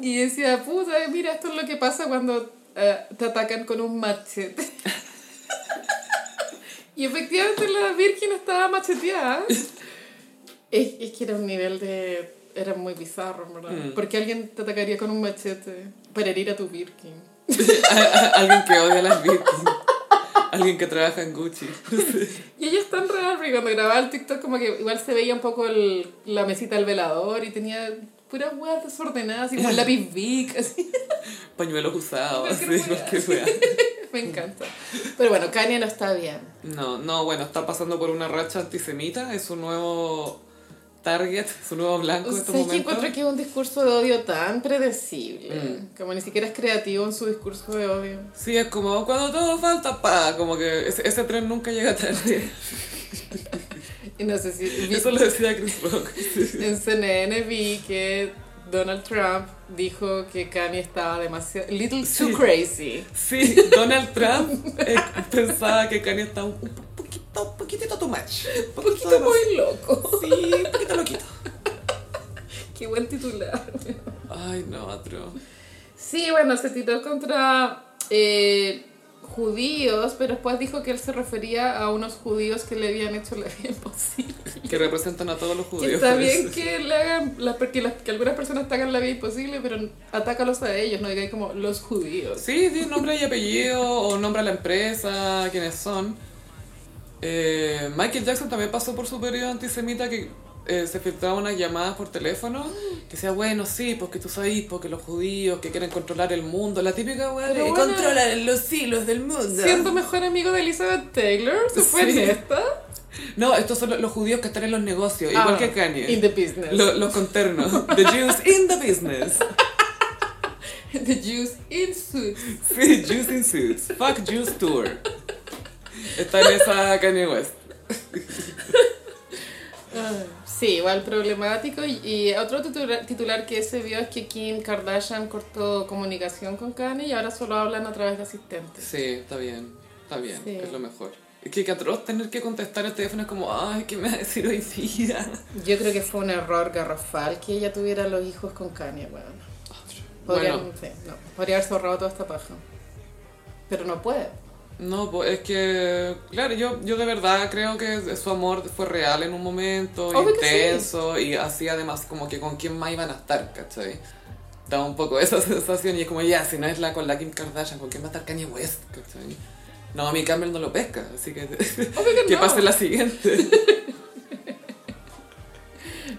B: y decía, puta, mira, esto es lo que pasa cuando eh, te atacan con un machete. y efectivamente la Birkin estaba macheteada. Es, es que era un nivel de... Era muy bizarro, en ¿verdad?
A: Mm.
B: Porque alguien te atacaría con un machete para herir a tu Birkin.
A: Alguien que odia las Birkin. Alguien que trabaja en Gucci.
B: Y ella es tan real, porque cuando grababa el TikTok como que igual se veía un poco el- la mesita del velador y tenía puras huevas desordenadas y como un lápiz big, así.
A: Pañuelos usados,
B: Cualquier
A: así,
B: wea.
A: cualquier wea.
B: Me encanta. Pero bueno, Kanye no está bien.
A: No, no, bueno, está pasando por una racha antisemita. Es su nuevo target, su nuevo blanco en este estos
B: ¿Sabes que
A: momentos.
B: encuentro que es un discurso de odio tan predecible?
A: Mm.
B: Como ni siquiera es creativo en su discurso de odio.
A: Sí, es como cuando todo falta, pa, como que ese, ese tren nunca llega tarde.
B: Y no sé si... vi-
A: Eso lo decía Chris Rock.
B: en CNN vi que Donald Trump dijo que Kanye estaba demasiado... Little too
A: Sí.
B: crazy.
A: Sí, Donald Trump eh, pensaba que Kanye estaba un un poquito, un poquitito too much. Un
B: Un poquito muy
A: demasiado.
B: loco.
A: Sí, un poquito loquito.
B: Qué buen titular.
A: Ay, no, atro.
B: Sí, bueno, se tituló contra eh, judíos, pero después dijo que él se refería a unos judíos que le habían hecho la vida imposible.
A: Que representan a todos los
B: Que
A: judíos.
B: está
A: parece.
B: bien que, le hagan la- que, las- que algunas personas te hagan la vida imposible, pero atácalos a ellos, no digáis como los judíos.
A: Sí, sí, nombre y apellido, o nombre a la empresa, quiénes son. Eh, Michael Jackson también pasó por su periodo antisemita que eh, se filtraban unas llamadas por teléfono que decía, bueno, sí, porque tú sabes, porque los judíos que quieren controlar el mundo, la típica weá
B: Pero
A: de
B: bueno.
A: controlan los hilos del mundo.
B: Siendo mejor amigo de Elizabeth Taylor, se fue
A: Sí.
B: en esta.
A: No, estos son lo- los judíos que están en los negocios, igual
B: Ah,
A: que Kanye.
B: In the business.
A: Lo- los conternos. The Jews in the business.
B: The Jews in suits.
A: Sí, Jews in suits. Fuck Jews tour. Está en esa Kanye West.
B: Ah, Sí, igual problemático. Y, y otro titular, titular que se vio es que Kim Kardashian cortó comunicación con Kanye y ahora solo hablan a través de asistentes.
A: Sí, está bien, está bien,
B: Sí.
A: es lo mejor. Es que qué atroz tener que contestar el teléfono es como, ay, ¿qué me va a decir hoy día?
B: Yo creo que fue un error garrafal que ella tuviera los hijos con Kanye, bueno. Podría,
A: Bueno,
B: sí, no, podría haberse ahorrado toda esta paja. Pero no puede.
A: no, pues es que, claro, yo, yo de verdad creo que su amor fue real en un momento,
B: Obvio que sí.
A: intenso, y así además como que con quién más iban a estar, ¿cachai? Da un poco esa sensación y es como, ya, si no es la con la Kim Kardashian, ¿con quién va a estar Kanye West? ¿cachai? No, mi Cameron no lo pesca, así que
B: Obvio que
A: que
B: no.
A: pase la siguiente.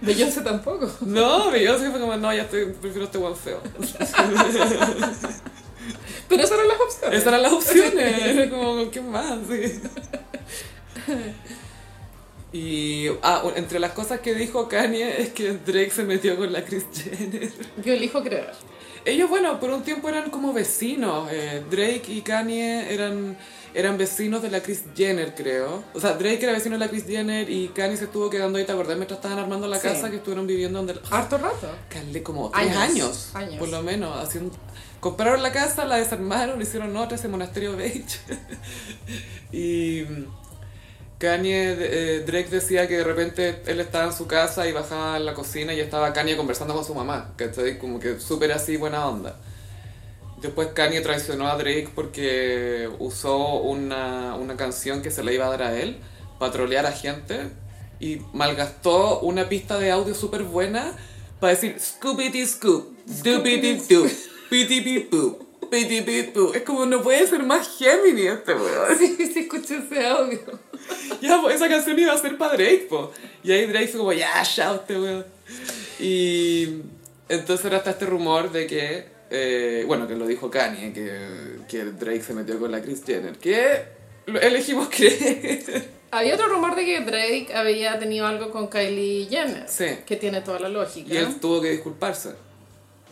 B: Beyoncé tampoco.
A: No, pero yo sí fue como, no, ya estoy, prefiero este guan feo.
B: Pero esas eran las opciones.
A: Esas eran las opciones. Era como, ¿qué más? Sí. Y ah, entre las cosas que dijo Kanye es que Drake se metió con la Kris Jenner.
B: Yo elijo creer.
A: Ellos, bueno, por un tiempo eran como vecinos. eh, Drake y Kanye eran, eran vecinos de la Kris Jenner, creo. O sea, Drake era vecino de la Kris Jenner y Kanye se estuvo quedando ahí, ¿te acordás? Mientras estaban armando la
B: Sí.
A: casa que estuvieron viviendo donde...
B: Harto rato.
A: Calé como tres
B: Años,
A: años,
B: años.
A: por lo menos, haciendo... Compraron la casa, la desarmaron, hicieron otra, ese monasterio beige. y mm, Kanye, eh, Drake decía que de repente él estaba en su casa y bajaba a la cocina y estaba Kanye conversando con su mamá, ¿cachai? Como que súper así, buena onda. Después Kanye traicionó a Drake porque usó una, una canción que se le iba a dar a él para trolear a gente y malgastó una pista de audio súper buena para decir Scoopity Scoop, Doopity Doop, Pity Poo, Pity Poo. Es como no puede ser más Gemini este weón.
B: Sí, sí, escuché ese audio.
A: Ya, pues esa canción iba a ser para Drake, po. Y ahí Drake fue como, ya, chao, este weón. Y entonces ahora está este rumor de que, eh, bueno, que lo dijo Kanye, que, que Drake se metió con la Kris Jenner, que lo elegimos creer.
B: Había otro rumor de que Drake había tenido algo con Kylie Jenner.
A: Sí.
B: Que tiene toda la lógica.
A: Y él tuvo que disculparse.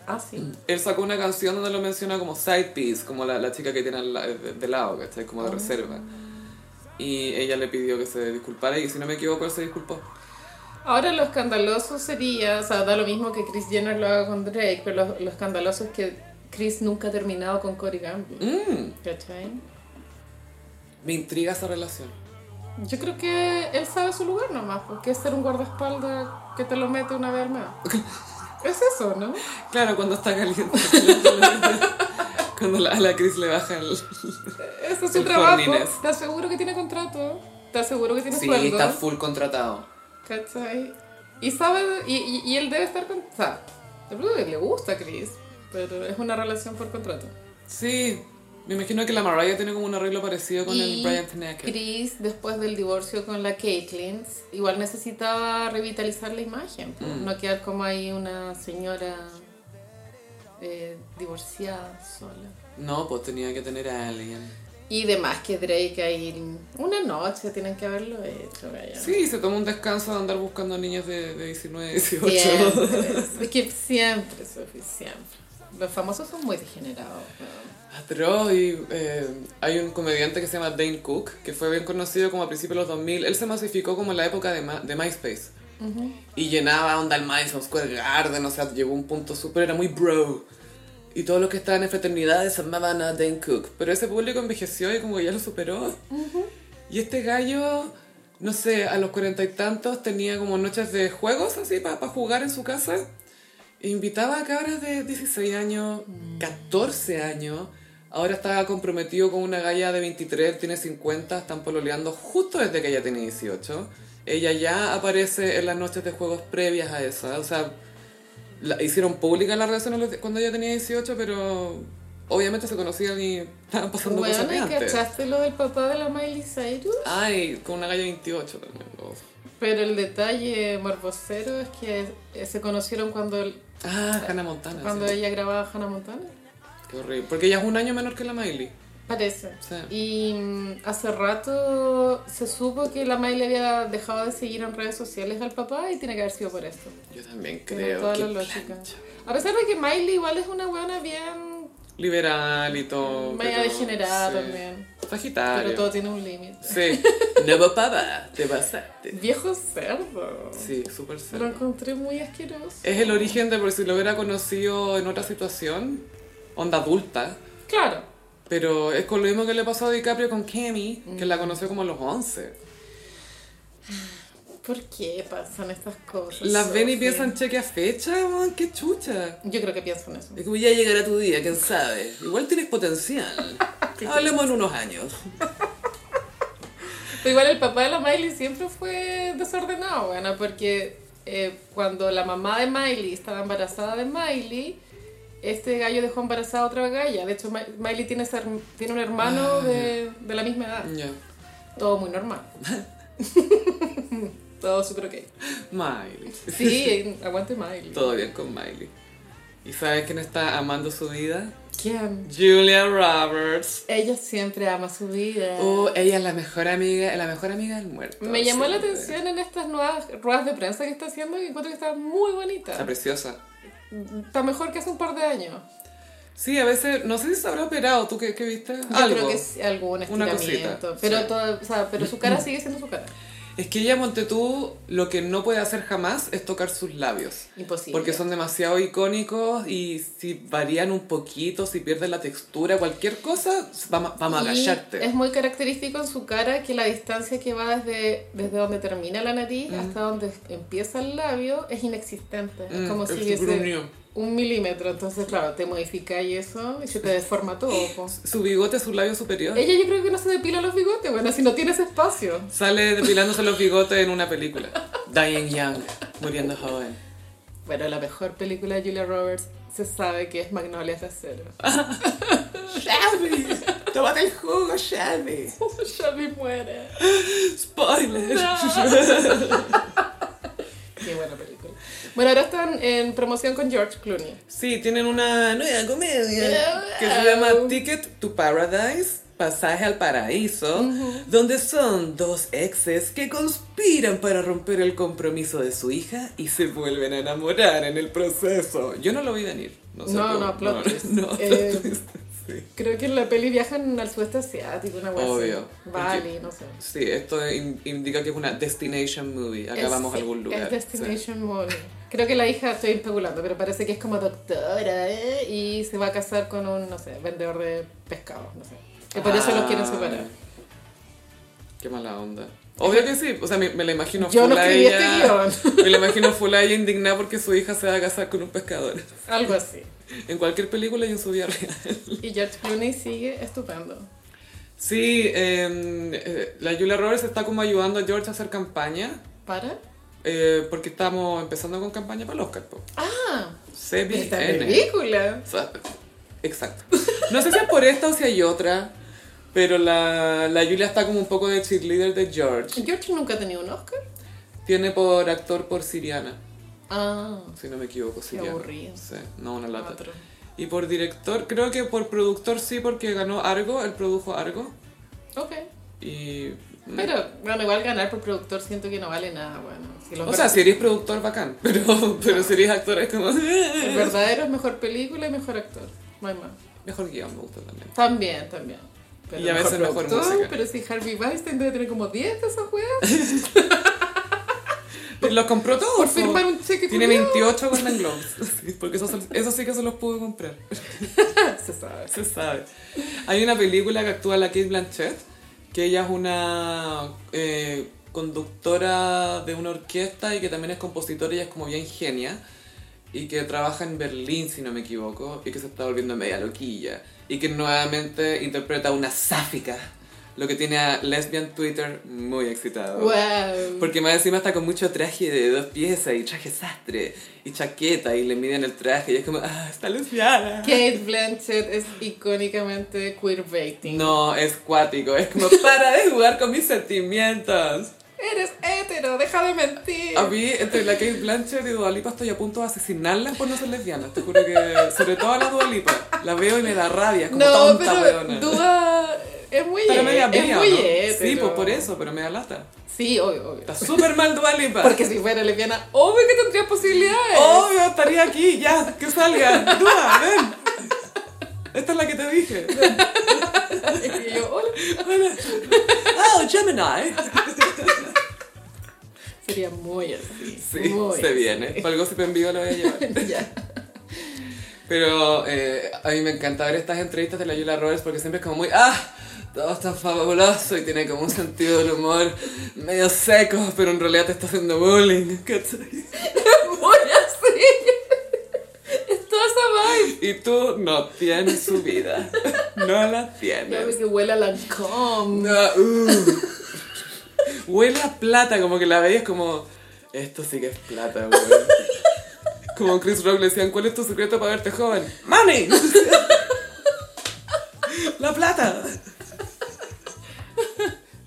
B: Ah, sí.
A: Él sacó una canción donde lo menciona como side piece, como la, la chica que tiene al la- de, de lado, ¿cachai? Como de reserva. y ella le pidió que se disculpara y si no me equivoco él se disculpó.
B: Ahora lo escandaloso sería, o sea, da lo mismo que Chris Jenner lo haga con Drake, pero lo, lo escandaloso es que Chris nunca ha terminado con Cory Gamble.
A: Mm,
B: ¿Cachai?
A: me intriga esa relación.
B: Yo creo que él sabe su lugar nomás, porque es ser un guardaespaldas que te lo mete una vez al mes. Es eso, ¿no?
A: Claro, cuando está caliente. cuando la- a la Chris le baja el...
B: Ese es su
A: El
B: trabajo.
A: Fornines.
B: Te aseguro que tiene contrato. Te aseguro que tiene
A: Sí,
B: sueldo.
A: está full contratado.
B: ¿Cachai? Y sabe, y, y, y él debe estar con... O sea, yo creo que le gusta a Chris, pero es una relación por contrato.
A: Sí, me imagino que la Mariah tiene como un arreglo parecido con el
B: Y
A: Brian Tanaka.
B: Chris, después del divorcio con la Caitlyn, igual necesitaba revitalizar la imagen, pues, no quedar como ahí una señora eh, divorciada sola.
A: No, pues tenía que tener a alguien.
B: Y demás que Drake ahí una noche tienen que haberlo hecho. Gaya.
A: Sí, se tomó un descanso de andar buscando niñas de, de 19, 18.
B: Siempre. Es que siempre, Sophie, siempre. Los famosos son muy degenerados. weón.
A: Atroz y eh, hay un comediante que se llama Dane Cook, que fue bien conocido como a principios de los 2000. Él se masificó como en la época de, Ma- de MySpace. Y llenaba onda el Madison Square Garden, o sea, llegó a un punto súper, era muy bro. Y todos los que estaban en fraternidades amaban a Dane Cook. Pero ese público envejeció y como que ya lo superó. Y este gallo, no sé, a los cuarenta y tantos tenía como noches de juegos así para jugar en su casa. E invitaba a cabras de 16 años, 14 años. Ahora está comprometido con una galla de 23, tiene 50, están pololeando justo desde que ella tiene 18. Ella ya aparece en las noches de juegos previas a esa. O sea, la- hicieron pública la relación a los- cuando ella tenía 18, pero obviamente se conocían y estaban pasando cosas
B: Weón,
A: de
B: ¿y
A: antes.
B: ¿cachaste lo del papá de la Miley Cyrus?
A: Ay, con una galla 28 también. oh.
B: Pero el detalle morbosero es que eh, se conocieron cuando, el-
A: Ah, Hannah Montana.
B: cuando
A: sí.
B: ella grababa Hannah Montana.
A: Qué horrible. Porque ella es un año menor que la Miley.
B: Parece.
A: Sí.
B: Y mm, hace rato se supo que la Miley había dejado de seguir en redes sociales al papá y tiene que haber sido por esto.
A: Yo también
B: Tiene
A: creo.
B: toda
A: qué
B: la lógica.
A: plancha.
B: A pesar de que Miley igual es una weona bien
A: Liberal y todo.
B: media
A: pero-
B: degenerada
A: sí. Ah,
B: también.
A: Sagitario.
B: Pero todo tiene un límite.
A: Sí. Nuevo papá, te pasaste.
B: Viejo cerdo.
A: Sí, Eh. súper
B: Lo
A: serio.
B: encontré muy asqueroso.
A: Es el origen de por si lo hubiera conocido en otra situación, onda adulta.
B: Claro.
A: Pero es con lo mismo que le pasó a DiCaprio con Kemi, que
B: Mm.
A: la conoció como a los 11.
B: ¿Por qué pasan estas cosas?
A: Las ven y
B: Sophie?
A: piensan cheque a fecha, man, qué chucha.
B: Yo creo que piensan eso.
A: Es como ya llegará tu día, quién sabe. Igual tienes potencial. Hablemos en unos años.
B: Pero Pues igual el papá de la Miley siempre fue desordenado, bueno, porque eh, cuando la mamá de Miley estaba embarazada de Miley, este gallo dejó embarazada a otra galla. De hecho, Mi- Miley tiene, ese herm- tiene un hermano
A: Ah,
B: de, de la misma edad.
A: Ya.
B: Todo muy normal. Todo súper ok.
A: Miley.
B: Sí, eh, aguante Miley.
A: Todo bien con Miley. ¿Y sabes quién está amando su vida?
B: ¿Quién?
A: Julia Roberts.
B: Ella siempre ama su vida.
A: Oh, ella es la mejor amiga, la mejor amiga del muerto.
B: Me llamó la
A: siempre.
B: atención en estas nuevas ruedas de prensa que está haciendo y encuentro que está muy
A: Está
B: bonita.
A: preciosa.
B: Está mejor que hace un par de años.
A: Sí, a veces, no sé si se habrá operado, ¿tú qué, qué viste?
B: Yo
A: Algo.
B: creo que sí, algún
A: Una
B: estiramiento.
A: cosita,
B: Pero,
A: sí.
B: todo- o sea, pero su cara sigue siendo su cara.
A: Es que ella, Montetú, lo que no puede hacer jamás es tocar sus labios.
B: Imposible.
A: Porque son demasiado icónicos y si varían un poquito, si pierden la textura, cualquier cosa, vamos, vamos a
B: Y
A: agacharte.
B: Es muy característico en su cara que la distancia que va desde, desde donde termina la nariz hasta donde empieza el labio es inexistente.
A: Mm,
B: es como si
A: es
B: hubiese
A: gruñón.
B: un milímetro. Entonces, claro, te modifica y eso y se te deforma todo. po.
A: Su bigote, su labio superior.
B: Ella yo creo que no se depila los bigotes, bueno, si no tienes espacio.
A: Sale depilándose los bigotes en una película. Diane Young, muriendo joven.
B: Bueno, la mejor película de Julia Roberts se sabe que es Magnolia Trasero.
A: Ah. ¡Shabby! ¡Tómate el jugo, Shabby!
B: Shelby muere.
A: ¡Spoiler!
B: Qué buena película. Bueno, ahora están en promoción con George Clooney.
A: Sí, tienen una nueva comedia que se
B: um,
A: llama Ticket to Paradise, Pasaje al Paraíso, donde son dos exes que conspiran para romper el compromiso de su hija y se vuelven a enamorar en el proceso. Yo no lo vi venir. No, sé
B: No,
A: tú.
B: no, plot twist.
A: no, no,
B: Eh,
A: plot twist. Sí.
B: Creo que en la peli viajan al sudeste asiático, una hueá
A: Obvio.
B: así. Bali, no sé.
A: Sí, esto in- indica que es una destination movie. Acá
B: Es-
A: vamos a algún lugar.
B: Es Destination Mall. Creo que la hija, estoy especulando, pero parece que es como doctora ¿eh? y se va a casar con un, no sé, vendedor de pescado, no sé.
A: Sí.
B: Que por eso los quieren
A: Ah,
B: separar.
A: Qué mala onda. Obvio que sí, o sea, me, me la imagino
B: Yo no
A: a
B: escribí
A: ella-
B: este
A: Me la imagino full a ella indignada porque su hija se va a casar con un pescador.
B: Algo así.
A: En cualquier película y en su vida real.
B: Y George Clooney sigue estupendo.
A: Sí, eh, eh, la Julia Roberts está como ayudando a George a hacer campaña.
B: ¿Para?
A: eh, porque estamos empezando con campaña para el Oscar. po.
B: ¡Ah! ¡Esta
A: CBN.
B: película!
A: O sea, Exacto. No sé si es por esta o si hay otra. Pero la, la Julia está como un poco de cheerleader de George.
B: George nunca ha tenido un Oscar.
A: Tiene por actor por Siriana.
B: Ah,
A: Si no me equivoco, Siriana.
B: aburrido.
A: Sí, no, una lata.
B: otro.
A: Y por director, creo que por productor sí, porque ganó Argo, él produjo Argo.
B: Ok.
A: Y.
B: Pero, bueno, igual ganar por productor siento que no vale nada, bueno. Si los
A: O sea, si eres productor, bacán. Pero, pero si eres actor, es como.
B: El verdadero es mejor película y mejor actor. No hay más.
A: Mejor guión me gusta también.
B: También, también.
A: Y a veces mejor música.
B: Pero si Harvey Weinstein debe tener como 10 de esas weas.
A: Pues Los compró todos.
B: Por
A: po.
B: firmar un cheque
A: Tiene
B: culiao.
A: 28 Golden Globes. Sí, Porque esos, son- esos sí que se los pudo comprar.
B: Se sabe.
A: Se sabe. Hay una película que actúa la Kate Blanchett, que ella es una eh, conductora de una orquesta y que también es compositora y es como bien genia. Y que trabaja en Berlín, si no me equivoco, y que se está volviendo media loquilla. Y que nuevamente interpreta a una sáfica, lo que tiene a Lesbian Twitter muy excitado.
B: Wow.
A: Porque más encima está con mucho traje de dos piezas y traje sastre y chaqueta y le miden el traje y es como, ah, está lesbiana.
B: Kate Blanchett es icónicamente queerbaiting.
A: No, es cuático, es como para de jugar con mis sentimientos.
B: Eres hétero, deja de mentir.
A: A mí, entre la Kate Blanchett y Dualipa, estoy a punto de asesinarlas por no ser lesbiana. Te juro que, sobre todo a la Dualipa, la veo y me da rabia, como
B: no,
A: tonta
B: pero
A: weona.
B: duda. Es muy,
A: Pero media
B: es
A: mía,
B: muy
A: ¿no?
B: hétero.
A: Sí, pues por eso, pero me da lata.
B: Sí, obvio, obvio.
A: Está súper mal Dualipa.
B: Porque si fuera lesbiana, obvio que tendría posibilidades.
A: Obvio, estaría aquí, ya, que salga. Dua, ven. Esta es la que te dije. Ven.
B: Y yo, hola.
A: Oh, Gemini.
B: Sería muy así.
A: Sí,
B: muy
A: se viene. Para el gossip en vivo lo voy a llevar.
B: así. Ya.
A: Pero eh, a mí me encanta ver estas entrevistas de la Yula Roberts porque siempre es como muy, ah, todo está fabuloso y tiene como un sentido del humor medio seco, pero en realidad te está haciendo bullying. ¿cachai?
B: Muy así. Es toda esa vibe.
A: Y tú no tienes su vida. No la
B: Ya ves
A: tienes.
B: que huele a Lancôme.
A: No, uh. Huele a plata, como que la veías como, esto sí que es plata, weón. Como Chris Rock le decían, ¿cuál es tu secreto para verte joven? ¡Money! ¡La plata!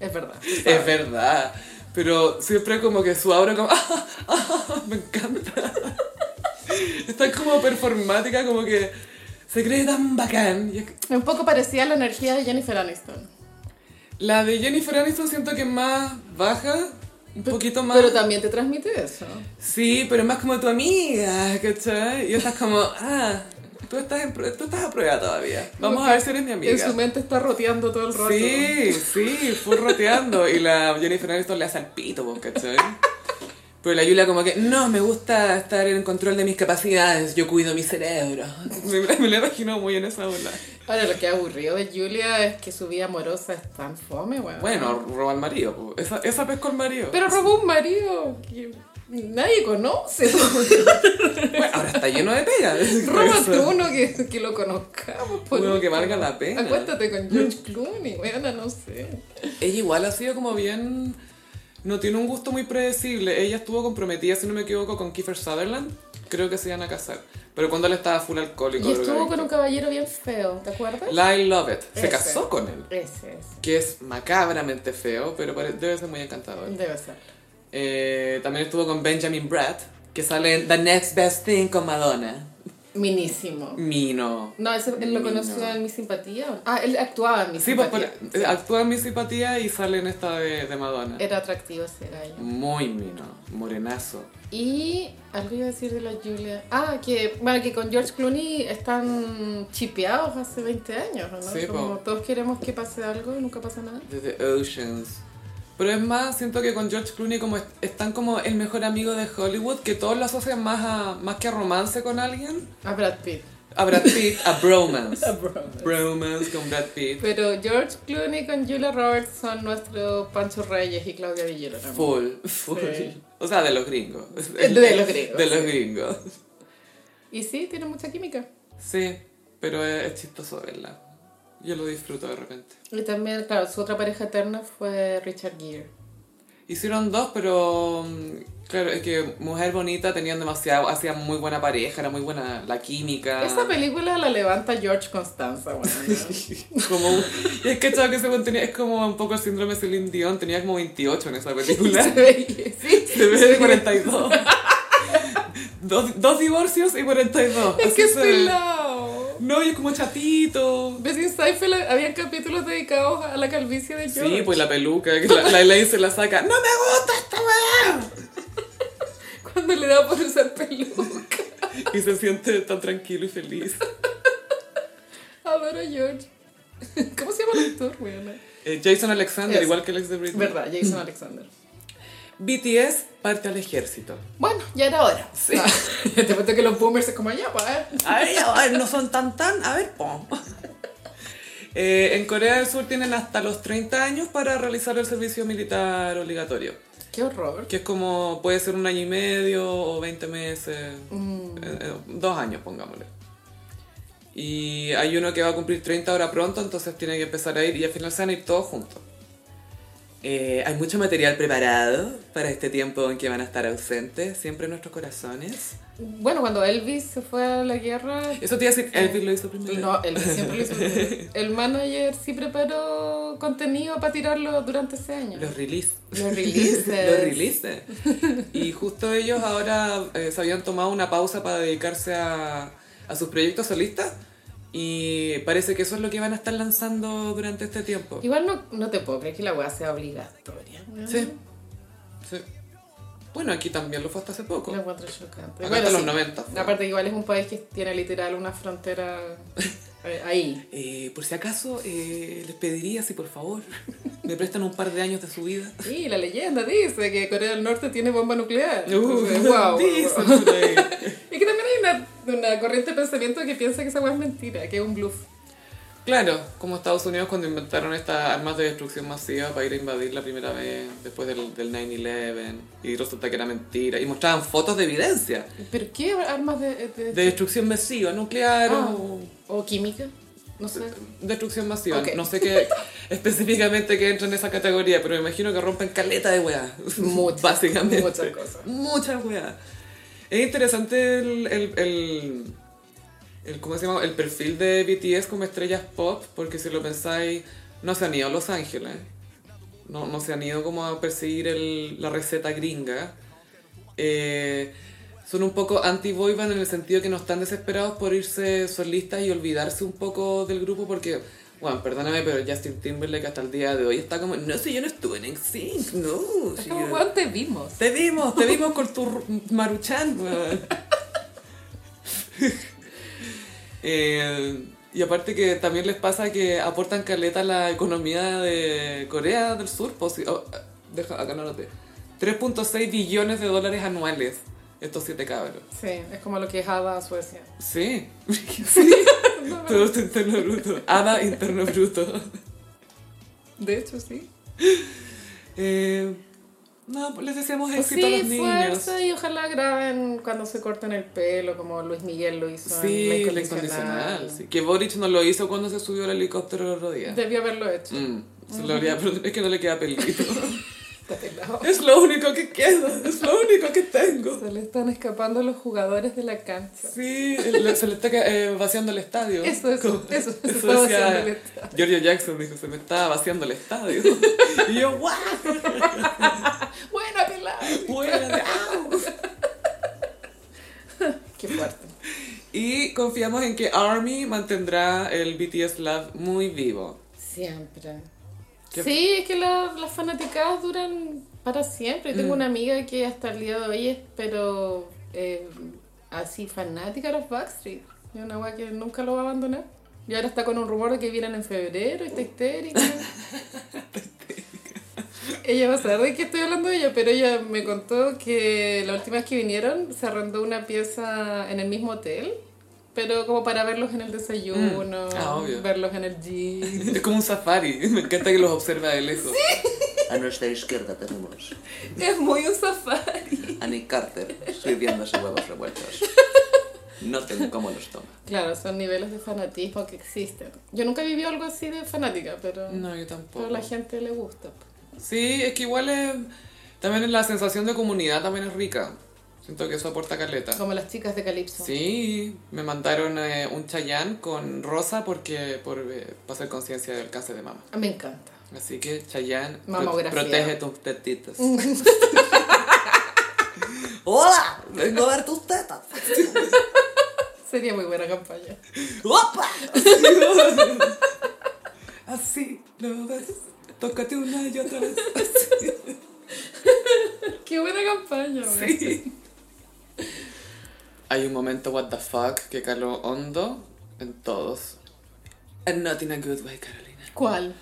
B: Es verdad.
A: Es verdad. Pero siempre como que su aura como... "Ah, ah, ah", me encanta. Está como performática, como que se cree tan bacán. Y es que-
B: Un poco parecía a la energía de Jennifer Aniston.
A: La de Jennifer Aniston siento que es más baja, un poquito más...
B: Pero también te transmite eso.
A: sí, pero es más como tu amiga, ¿cachai? Y estás como... Ah, tú estás, en pro- tú estás a prueba todavía. Vamos a ver si eres mi
B: En
A: amiga.
B: su mente está roteando todo el rato.
A: Sí, sí, fue roteando. Y la Jennifer Aniston le hace al pito, po, ¿cachai? Pero la Yulia como que, no, me gusta estar en control de mis capacidades, yo cuido mi cerebro. Me, me la imagino muy en esa ola.
B: Ahora, lo que aburrido de Julia es que su vida amorosa es tan fome, weón.
A: Bueno, roba al marido, po. esa, esa pesca al marido.
B: Pero robó un marido que nadie conoce.
A: Bueno, ahora está lleno de pega.
B: Róbate uno que, que lo conozcamos. por
A: Uno que
B: último.
A: valga la pena.
B: Acuéstate con George Clooney, weona, no sé.
A: Ella igual ha sido como bien... No tiene un gusto muy predecible. Ella estuvo comprometida, si no me equivoco, con Kiefer Sutherland. Creo que se iban a casar. Pero cuando él estaba full alcohólico.
B: Y estuvo
A: drogadicto.
B: con un caballero bien feo, ¿te acuerdas?
A: Lyle Lovett se
B: Ese.
A: casó con él,
B: Ese, ese.
A: que es macabramente feo, pero pare- debe ser muy encantador.
B: Debe ser.
A: Eh, también estuvo con Benjamin Bratt, que sale en The Next Best Thing con Madonna.
B: Minísimo.
A: Mino.
B: No, ese, él lo
A: Mino.
B: conoció en Mi Simpatía. ¿o no? Ah, él actuaba en Mi
A: Sí, pues,
B: Simpatía. Eh.
A: pero, eh, actúa en mi simpatía y sale en esta de, de Madonna.
B: Era atractivo ese gallo.
A: Muy mino, morenazo.
B: Y algo iba a decir de la Julia. Ah, que, bueno, que con George Clooney están chipeados hace 20 años, ¿o ¿no?
A: Sí, po.
B: Como todos queremos que pase algo y nunca pasa nada.
A: De The Oceans. Pero es más, siento que con George Clooney como es- están como el mejor amigo de Hollywood, que todos lo asocian más a más que a romance con alguien,
B: A Ah, Brad Pitt.
A: a Brad Pitt, a bromance. bromance con Brad Pitt.
B: Pero George Clooney con Julia Roberts son nuestros Pancho Reyes y Claudia Villero. ¿no?
A: Full, full.
B: Sí.
A: O sea, de los gringos.
B: De los gringos,
A: De los
B: sí.
A: gringos.
B: Y sí, tienen mucha química.
A: Sí, pero es, es chistoso verla. Yo lo disfruto de repente.
B: Y también, claro, su otra pareja eterna fue Richard Gere.
A: Hicieron dos, pero mm, claro, es que Mujer Bonita tenían demasiado, hacían muy buena pareja, era muy buena la química.
B: Esa película la levanta George Constanza, bueno. ¿no?
A: Como, y es que chavo que ese weón tenía, es como un poco el síndrome de Celine Dion, tenía como 28 en esa película.
B: Se ve que- sí,
A: Se ve de 42. Dos, dos divorcios y 42.
B: Es
A: así
B: que
A: se ve.
B: estoy lao.
A: No, y es como chatito.
B: ¿Ves en Seinfeld había capítulos dedicados a la calvicie de George?
A: Sí, pues la peluca, que la, la Elaine se la saca. ¡No me gusta esta weá!
B: Cuando le da por usar peluca.
A: Y se siente tan tranquilo y feliz.
B: Adoro a George. ¿Cómo se llama el actor, weón?
A: Eh, Jason Alexander,
B: Eso.
A: igual que el ex de Britney.
B: Verdad, Jason Alexander.
A: BTS parte al ejército.
B: Bueno, ya era hora. Ah. Sí. te cuento que los boomers es como allá, pa, ¿eh?
A: A ver, no son tan tan, a ver, pon. Eh, en Corea del Sur tienen hasta los 30 años para realizar el servicio militar obligatorio,
B: Qué horror.
A: que es como, puede ser un año y medio o 20 meses, eh, eh, dos años pongámosle. Y hay uno que va a cumplir 30 ahora pronto, entonces tiene que empezar a ir y al final se van a ir todos juntos. Eh, hay mucho material preparado para este tiempo en que van a estar ausentes, siempre en nuestros corazones.
B: Bueno, cuando Elvis se fue a la guerra.
A: Eso te iba a decir, Elvis lo hizo primero.
B: No, Elvis siempre lo hizo. primero. El manager sí preparó contenido para tirarlo durante ese año.
A: Los release.
B: Los releases.
A: Los releases. Y justo ellos ahora eh, se habían tomado una pausa para dedicarse a, a sus proyectos solistas. Y parece que eso es lo que van a estar lanzando durante este tiempo.
B: Igual no, no te puedo creer que la weá sea obligatoria. weón.
A: Sí. Sí. Bueno, aquí también lo fue hasta hace poco.
B: Lo encuentro chocante.
A: Acá hasta los
B: sí.
A: 90 fue.
B: Aparte, igual es un país que tiene literal una frontera eh, ahí.
A: Eh, por si acaso, eh, les pediría si por favor me prestan un par de años de su vida.
B: Y la leyenda dice que Corea del Norte tiene bomba nuclear. Entonces,
A: Uh,
B: wow,
A: dicen
B: wow.
A: por ahí.
B: Es que también hay una, una corriente de pensamiento que piensa que esa weá es mentira, que es un bluff.
A: Claro, como Estados Unidos cuando inventaron estas armas de destrucción masiva para ir a invadir la primera vez después del, del 9-11 y resulta que era mentira y mostraban fotos de evidencia
B: ¿Pero qué armas de, de-
A: de destrucción masiva, nuclear
B: Ah,
A: o
B: o química? No sé.
A: destrucción masiva.
B: Ok.
A: No sé qué específicamente que entra en esa categoría, pero me imagino que rompen caleta de weas.
B: Muchas,
A: Básicamente.
B: muchas cosas.
A: Muchas weas. Es interesante el, el, el, el- ¿cómo se llama? el perfil de BTS como estrellas pop, porque si lo pensáis, no se han ido a Los Ángeles. No, no se han ido como a perseguir el- la receta gringa. Eh, son un poco anti-boy band en el sentido que no están desesperados por irse solistas y olvidarse un poco del grupo porque, bueno, perdóname, pero Justin Timberlake hasta el día de hoy está como, no sé, yo no estuve en NSYNC, no.
B: Es
A: si
B: como,
A: yo-
B: weón, te vimos.
A: Te vimos, te vimos con tu r- maruchan, weón". Eh, y aparte que también les pasa que aportan caleta a la economía de Corea del Sur. pues, sí, oh, deja, acá no noté. 3.6 billones de dólares anuales. Estos siete cabros.
B: Sí, es como lo que es Java a Suecia.
A: Sí. sí. Producto interno bruto. ABA interno bruto.
B: De hecho, sí.
A: Eh, no, pues les deseamos
B: Pues
A: éxito a los
B: sí,
A: niños.
B: fuerza y ojalá graben cuando se corten el pelo, como Luis Miguel lo hizo
A: Sí,
B: en
A: la incondicional. sí. Que Boric no lo hizo cuando se subió al helicóptero el otro día.
B: Debió haberlo hecho.
A: Mm, se lo haría, pero es que no le queda pelito.
B: Está pelado.
A: es lo único que queda, es lo único que tengo.
B: Se le están escapando los jugadores de la cancha.
A: Sí, el- se le está ca- eh, vaciando el estadio.
B: Eso, eso,
A: Como-
B: eso. se
A: Eso
B: está
A: decía
B: vaciando el estadio.
A: Giorgio Jackson dijo, se me está vaciando el estadio. y yo, ¡guau!
B: Buena pelada.
A: ¡Fuera de- au".
B: Qué fuerte.
A: Y confiamos en que ARMY mantendrá el BTS Love muy vivo.
B: Siempre.
A: ¿Qué-
B: Sí, es que la- las fanaticadas duran para siempre. Tengo
A: Mm.
B: una amiga que hasta el día de hoy es, pero eh, así fanática de los Backstreet. Es una weá que nunca lo va a abandonar. Y ahora está con un rumor de que vienen en febrero, está histérica. ella va a saber de qué estoy hablando de ella, pero ella me contó que la última vez que vinieron se arrendó una pieza en el mismo hotel, pero como para verlos en el desayuno,
A: Ah, obvio.
B: verlos en el gym.
A: Es como un safari. Me encanta que los observa de lejos.
C: A nuestra izquierda tenemos
B: Es muy un safari.
C: a Nick Carter sirviéndose huevos revueltos. Noten cómo los toma.
B: Claro, son niveles de fanatismo que existen. Yo nunca viví algo así de fanática, pero,
A: No, yo tampoco.
B: pero la gente le gusta.
A: Sí, es que igual es... También la sensación de comunidad también es rica. Siento que eso aporta caleta.
B: Como las chicas de Calypso.
A: Sí, me mandaron eh, un chayán con rosa porque por, eh, para hacer conciencia del cáncer de mama.
B: Ah, Me encanta.
A: Así que Chayanne, pro-
B: Mamografía.
A: protege tus tetitas.
C: ¡Hola! Vengo a ver tus tetas.
B: Sería muy buena campaña.
C: ¡Opa!
A: Así, lo ves. Tócate una y otra vez.
B: Qué buena campaña, güey.
A: Hay un momento what the fuck que caló hondo en todos. And not in a good way, Carolina.
B: ¿Cuál?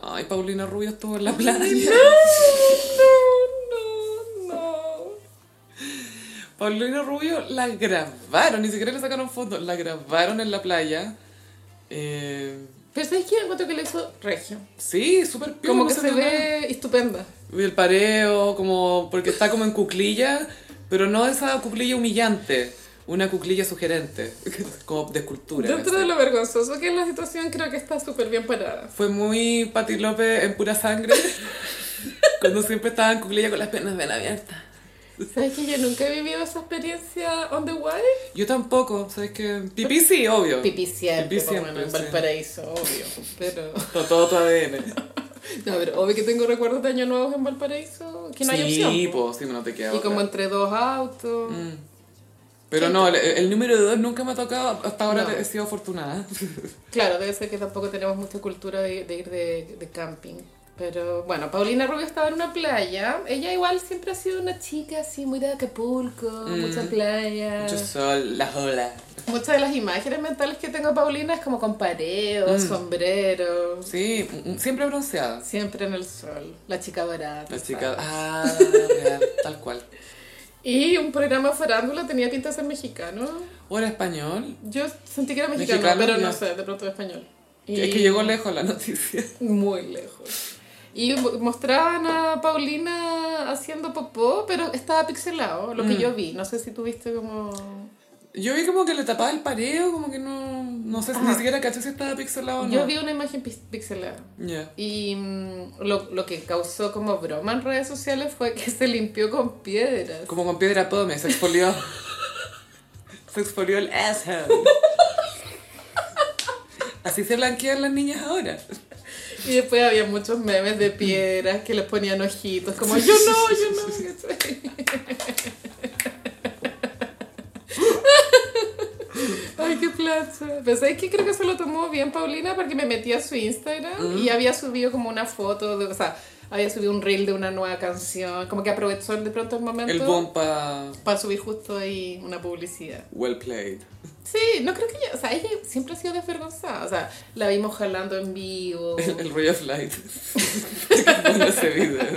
A: Ay, Paulina Rubio estuvo en la playa.
B: No, no, no.
A: Paulina Rubio la grabaron, ni siquiera le sacaron fotos, la grabaron en la playa. Eh,
B: Pero ¿sabes qué? Encuentro que le hizo regio.
A: sí, súper piola,
B: Como
A: no
B: que
A: se
B: se
A: vio nada.
B: ve estupenda.
A: Y el pareo, como porque está como en cuclilla, pero no esa cuclilla humillante, una cuclilla sugerente, como de escultura.
B: Dentro
A: así.
B: de lo vergonzoso que es la situación, creo que está súper bien parada.
A: Fue muy Pati López en pura sangre, cuando siempre estaba en cuclilla con las piernas bien abiertas.
B: ¿Sabes que yo nunca he vivido esa experiencia on the wild?
A: Yo tampoco, ¿sabes qué? Pipí sí, obvio.
B: Pipí siempre,
A: Pipí
B: po, bueno,
A: siempre,
B: en
A: sí.
B: Valparaíso, obvio. Pero,
A: Todo, todo tu ADN.
B: no, pero obvio que tengo recuerdos de Año Nuevo en Valparaíso, que no hay opción.
A: sí,
B: po.
A: pues, sí, no te queda
B: Y
A: otra.
B: como entre dos autos.
A: Mm. Pero no, el, el número 2 nunca me ha tocado, hasta ahora
B: No. Eh.
A: he sido afortunada.
B: Claro, debe ser que tampoco tenemos mucha cultura de, de ir de, de camping. Pero bueno, Paulina Rubio estaba en una playa. Ella igual siempre ha sido una chica así, muy de Acapulco,
A: Mm.
B: mucha playa.
A: Yo soy la ola.
B: Muchas de las imágenes mentales que tengo de Paulina es como con pareos,
A: Mm.
B: sombreros,
A: Sí, mm, mm, siempre bronceada.
B: siempre en el sol, la chica dorada.
A: La chica, ah, real, tal cual.
B: Y un programa farándula tenía pinta de ser mexicano.
A: ¿O era español?
B: Yo sentí que era mexicano,
A: Mexicano,
B: pero no
A: ya.
B: sé, de pronto era español. Y-
A: Es que llegó lejos la noticia.
B: Muy lejos. Y mo- mostraban a Paulina haciendo popó, pero estaba pixelado, lo que
A: Mm.
B: yo vi. No sé si tuviste como...
A: Yo vi como que le tapaba el pareo, como que no, no sé, si ni siquiera caché si estaba pixelado o no.
B: Yo vi una imagen pix- pixelada.
A: Ya.
B: Y mm, lo, lo que causó como broma en redes sociales fue que se limpió con piedras.
A: Como con piedra pome, se exfolió. se exfolió el asshole. Así se blanquean las niñas ahora.
B: Y después había muchos memes de piedras que les ponían ojitos, como yo no, yo no. ¿cachai? Ay, qué plaza. Pero ¿sabes qué? Creo que se lo tomó bien Paulina porque me metí a su Instagram y había subido como una foto, de, o sea, había subido un reel de una nueva canción, como que aprovechó de pronto el momento
A: El bomba.
B: para subir justo ahí una publicidad.
A: Well played.
B: Sí, no creo que ella, o sea, ella siempre ha sido desvergonzada, o sea, la vimos jalando en vivo.
A: El, el Ray of Light. Qué bueno ese video.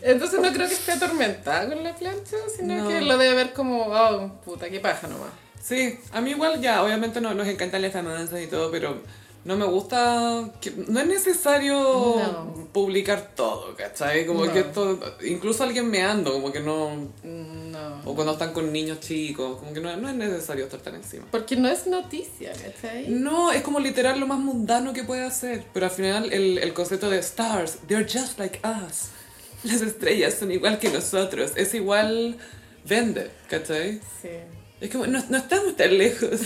B: Entonces no creo que esté atormentada con la plancha, sino
A: No.
B: que lo debe ver como, oh, puta, qué paja nomás.
A: Sí, a mí igual ya, obviamente no, nos encantan las famosas y todo, pero no me gusta, que- no es necesario
B: No.
A: publicar todo, ¿cachai? Como
B: No.
A: que esto, incluso alguien meando, como que no,
B: No.
A: o cuando están con niños chicos, como que no, no es necesario estar tan encima.
B: Porque no es noticia, ¿cachai?
A: No, es como literal lo más mundano que puede hacer, pero al final el, el concepto de stars, they're just like us, las estrellas son igual que nosotros, es igual, vende, ¿cachai?
B: Sí.
A: Es como, no, no estamos tan lejos.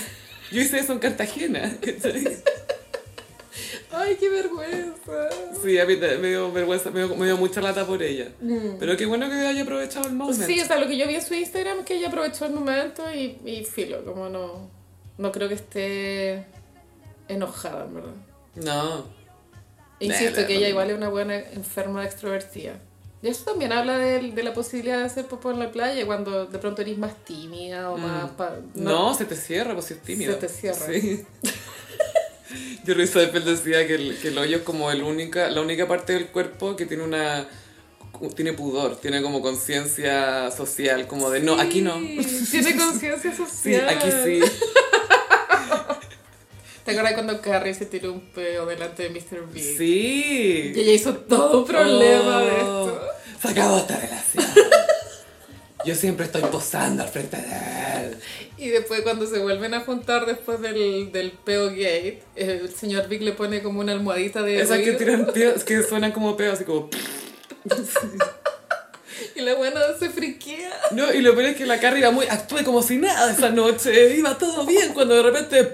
A: Yo hice eso en Cartagena. ¿cachai?
B: Ay, qué vergüenza.
A: Sí, a mí te- me dio vergüenza, me dio, me dio mucha lata por ella. Pero qué bueno que haya
B: Pues
A: aprovechado el momento.
B: Sí, o sea, lo que yo vi en su Instagram es que ella aprovechó el momento y, y filo, como no. No creo que esté enojada, en verdad.
A: No.
B: Insisto
C: Nah,
B: que
C: nah,
B: ella
C: no.
B: igual es una buena enferma extrovertida. Y eso también habla del- de, la posibilidad de hacer popó en la playa cuando de pronto eres más tímida o más... pa-
A: Mm. No, se te cierra, pues si es tímido.
B: Se te cierra.
A: Sí. Yo Luis Seifel decía que el, que el hoyo es como el única, la única parte del cuerpo que tiene una tiene pudor, tiene como conciencia social, como de no, aquí no.
B: Sí, Tiene conciencia
A: Sí,
B: social.
A: aquí sí.
B: ¿Te acuerdas cuando Carrie se tiró un peo delante de Mr. Big?
A: Sí.
B: Y ella hizo todo un problema de
A: Oh,
B: esto.
A: Se acabó esta relación. Yo siempre estoy posando al frente de él.
B: Y después cuando se vuelven a juntar después del, del peo gate, el señor Big le pone como una almohadita de
A: Esas que
B: ruido,
A: tiran peos, que suenan como peos, así como...
B: y la buena se friquea.
A: No, y lo peor es que la Carrie iba muy... Actué como si nada esa noche. Iba todo bien cuando de repente...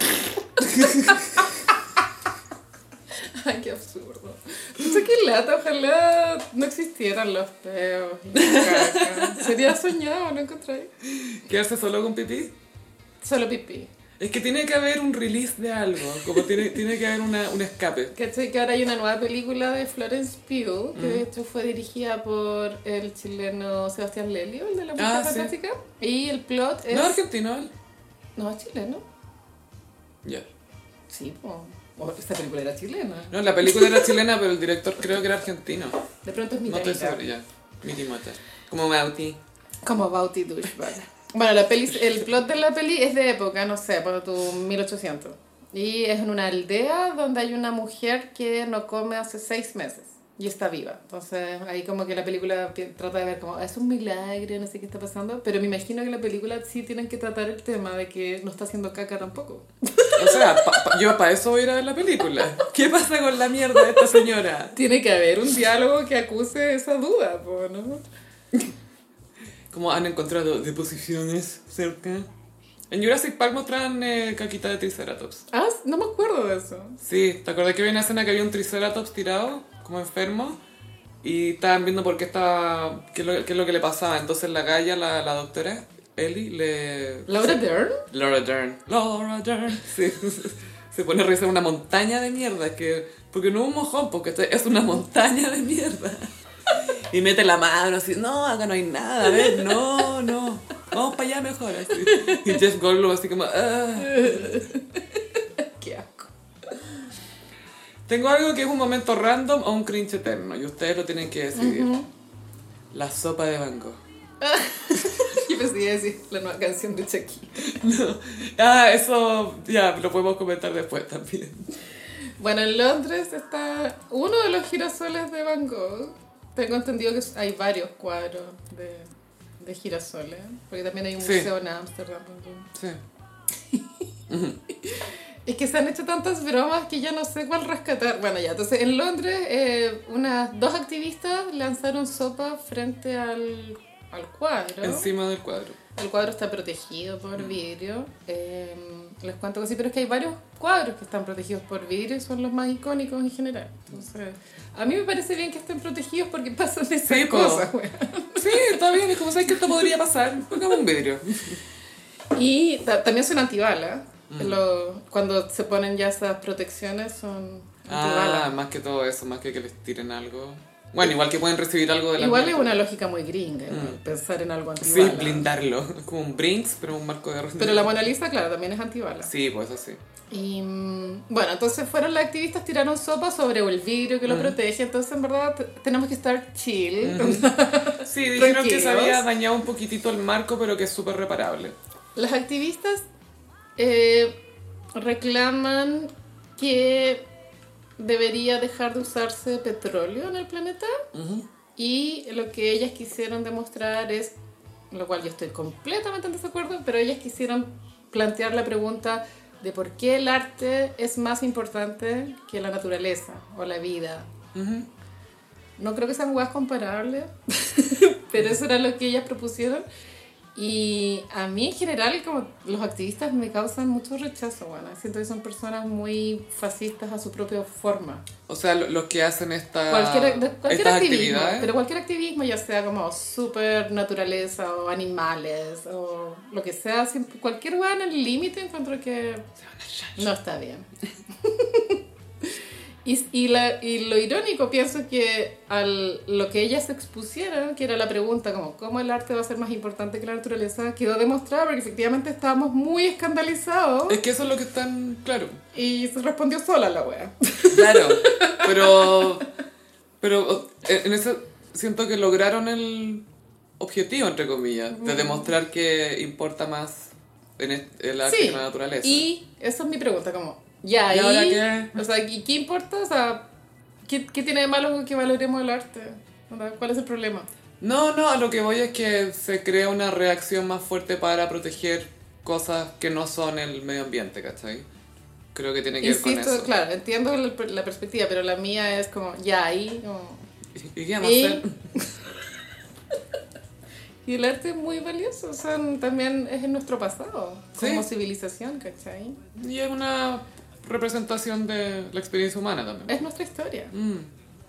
B: Ay, qué absurdo. No sé qué lata, ojalá no existieran los peos. y la caca. Sería soñado, ¿no encontráis?
A: ¿Quedarse solo con pipí?
B: Solo pipí.
A: Es que tiene que haber un release de algo. Como tiene, tiene que haber una, un escape.
B: ¿Cachai? Que ahora hay una nueva película de Florence Pugh, que de hecho fue dirigida por el chileno Sebastián Lelio, el de la Mujer
A: Ah, sí.
B: Fantástica. Y el plot es...
A: ¿No argentino él?
B: No, es chileno.
A: Ya.
B: Sí, po. O- Esta película era chilena.
A: No, la película era chilena, pero el director creo que era argentino.
B: De pronto es mi
A: No estoy segura, ya. Miki Mota. Como Mauti.
B: Como Bauti Douchebag. Bueno, la peli, el plot de la peli es de época, no sé, por tu 1800. Y es en una aldea donde hay una mujer que no come hace seis meses y está viva. Entonces ahí como que la película pi- trata de ver como, es un milagro, no sé qué está pasando. Pero me imagino que la película sí tienen que tratar el tema de que no está haciendo caca tampoco.
A: O sea, pa- pa- yo para eso voy a ir a ver la película. ¿Qué pasa con la mierda de esta señora?
B: Tiene que haber un diálogo que acuse esa duda, po, ¿no?
A: Como han encontrado deposiciones cerca. En Jurassic Park mostraban eh, caquita de Triceratops.
B: Ah, no me acuerdo de eso.
A: Sí, ¿te acordás que había una escena que había un Triceratops tirado, como enfermo? Y estaban viendo por qué estaba. qué es lo, qué es lo que le pasaba. Entonces la galla, la, la doctora, Ellie, le.
B: ¿Laura Dern?
A: Laura Dern. Laura Dern. Sí. Se pone a revisar una montaña de mierda. Que, porque no es un mojón, porque esto es una montaña de mierda. Y mete la mano así, no, acá no hay nada, a ver, no, no. Vamos para allá mejor. Así. Y Jeff Goldblum así como, "Ah".
B: Qué asco.
A: Tengo algo que es un momento random o un cringe eterno. Y ustedes lo tienen que decidir. La sopa de banco.
B: Yo pensé que iba a decir la nueva canción de Shakira.
A: Ah, eso ya lo podemos comentar después también.
B: Bueno, en Londres está uno de los girasoles de Van Gogh. Tengo entendido que hay varios cuadros de, de girasoles, porque también hay un
A: Sí.
B: museo en Ámsterdam. también.
A: Sí.
B: Es que se han hecho tantas bromas que ya no sé cuál rescatar. Bueno, ya, entonces en Londres eh, unas dos activistas lanzaron sopa frente al, al cuadro.
A: Encima del cuadro.
B: El cuadro está protegido
A: Mm.
B: por vidrio. Eh, les cuento que sí, pero es que hay varios cuadros que están protegidos por vidrio y son los más icónicos en general. Entonces, a mí me parece bien que estén protegidos porque pasan esas
A: Sí, po.
B: cosas, weón.
A: Sí, está bien, es como sabes que esto podría pasar. Pongamos un vidrio.
B: Y ta- también son antibalas.
A: Mm.
B: Lo- cuando se ponen ya esas protecciones son
A: Ah,
B: antibalas.
A: más que todo eso, más que que les tiren algo. Bueno, igual que pueden recibir algo de la Mm.
B: Igual es una lógica muy gringa, igual, pensar en algo
A: Sí,
B: antibalas.
A: blindarlo. Es como un Brinks, pero un marco de arroz.
B: Pero la Mona Lisa, claro, también es antibalas.
A: Sí, pues así.
B: Y mm, bueno, entonces fueron las activistas, tiraron sopa sobre el vidrio que lo protege. Entonces, en verdad, t- tenemos que estar chill.
A: Sí, dijeron que se
B: Tranquilos.
A: había dañado un poquitito el marco, pero que es súper reparable.
B: Las activistas eh, reclaman que debería dejar de usarse petróleo en el planeta. Y lo que ellas quisieron demostrar es, lo cual yo estoy completamente en desacuerdo, pero ellas quisieron plantear la pregunta de por qué el arte es más importante que la naturaleza o la vida. No creo que sean huevas comparables, pero eso era lo que ellas propusieron. Y a mí en general, como los activistas me causan mucho rechazo, bueno, siento que son personas muy fascistas a su propia forma.
A: O sea, lo- los que hacen esta,
B: Cualquier, de- cualquier
A: Ah, estas
B: activismo,
A: actividades.
B: pero cualquier activismo, ya sea como super naturaleza o animales o lo que sea, siempre- cualquier weá en el límite encuentro que no está bien. y, y la- y lo irónico, pienso que al, lo que ellas expusieron, que era la pregunta como cómo el arte va a ser más importante que la naturaleza, quedó demostrado porque efectivamente estábamos muy escandalizados
A: Es que eso es lo que están, claro.
B: y se respondió sola la wea.
A: Claro, pero, pero o- en eso siento que lograron el objetivo, entre comillas,
B: Mm.
A: de demostrar que importa más en est- el arte
B: Sí,
A: que la naturaleza.
B: Y esa es mi pregunta, como, ya,
A: ¿Y
B: ¿y,
A: ahora qué?
B: O sea, ¿y qué importa? O sea, ¿qué, qué tiene de malo con que valoremos el arte? O sea, ¿Cuál es el problema?
A: No, no, a lo que voy es que se crea una reacción más fuerte para proteger cosas que no son el medio ambiente, ¿cachai? Creo que tiene que ver con
B: Insisto,
A: eso.
B: claro, entiendo el per- la perspectiva, pero la mía es como, ya, ahí, como...
A: ¿Y qué vamos a
B: Y-
A: hacer?
B: Y el arte es muy valioso, o sea, también es en nuestro pasado,
A: Sí.
B: como civilización, ¿cachai?
A: Y es una representación de la experiencia humana también.
B: Es nuestra historia,
A: Mm.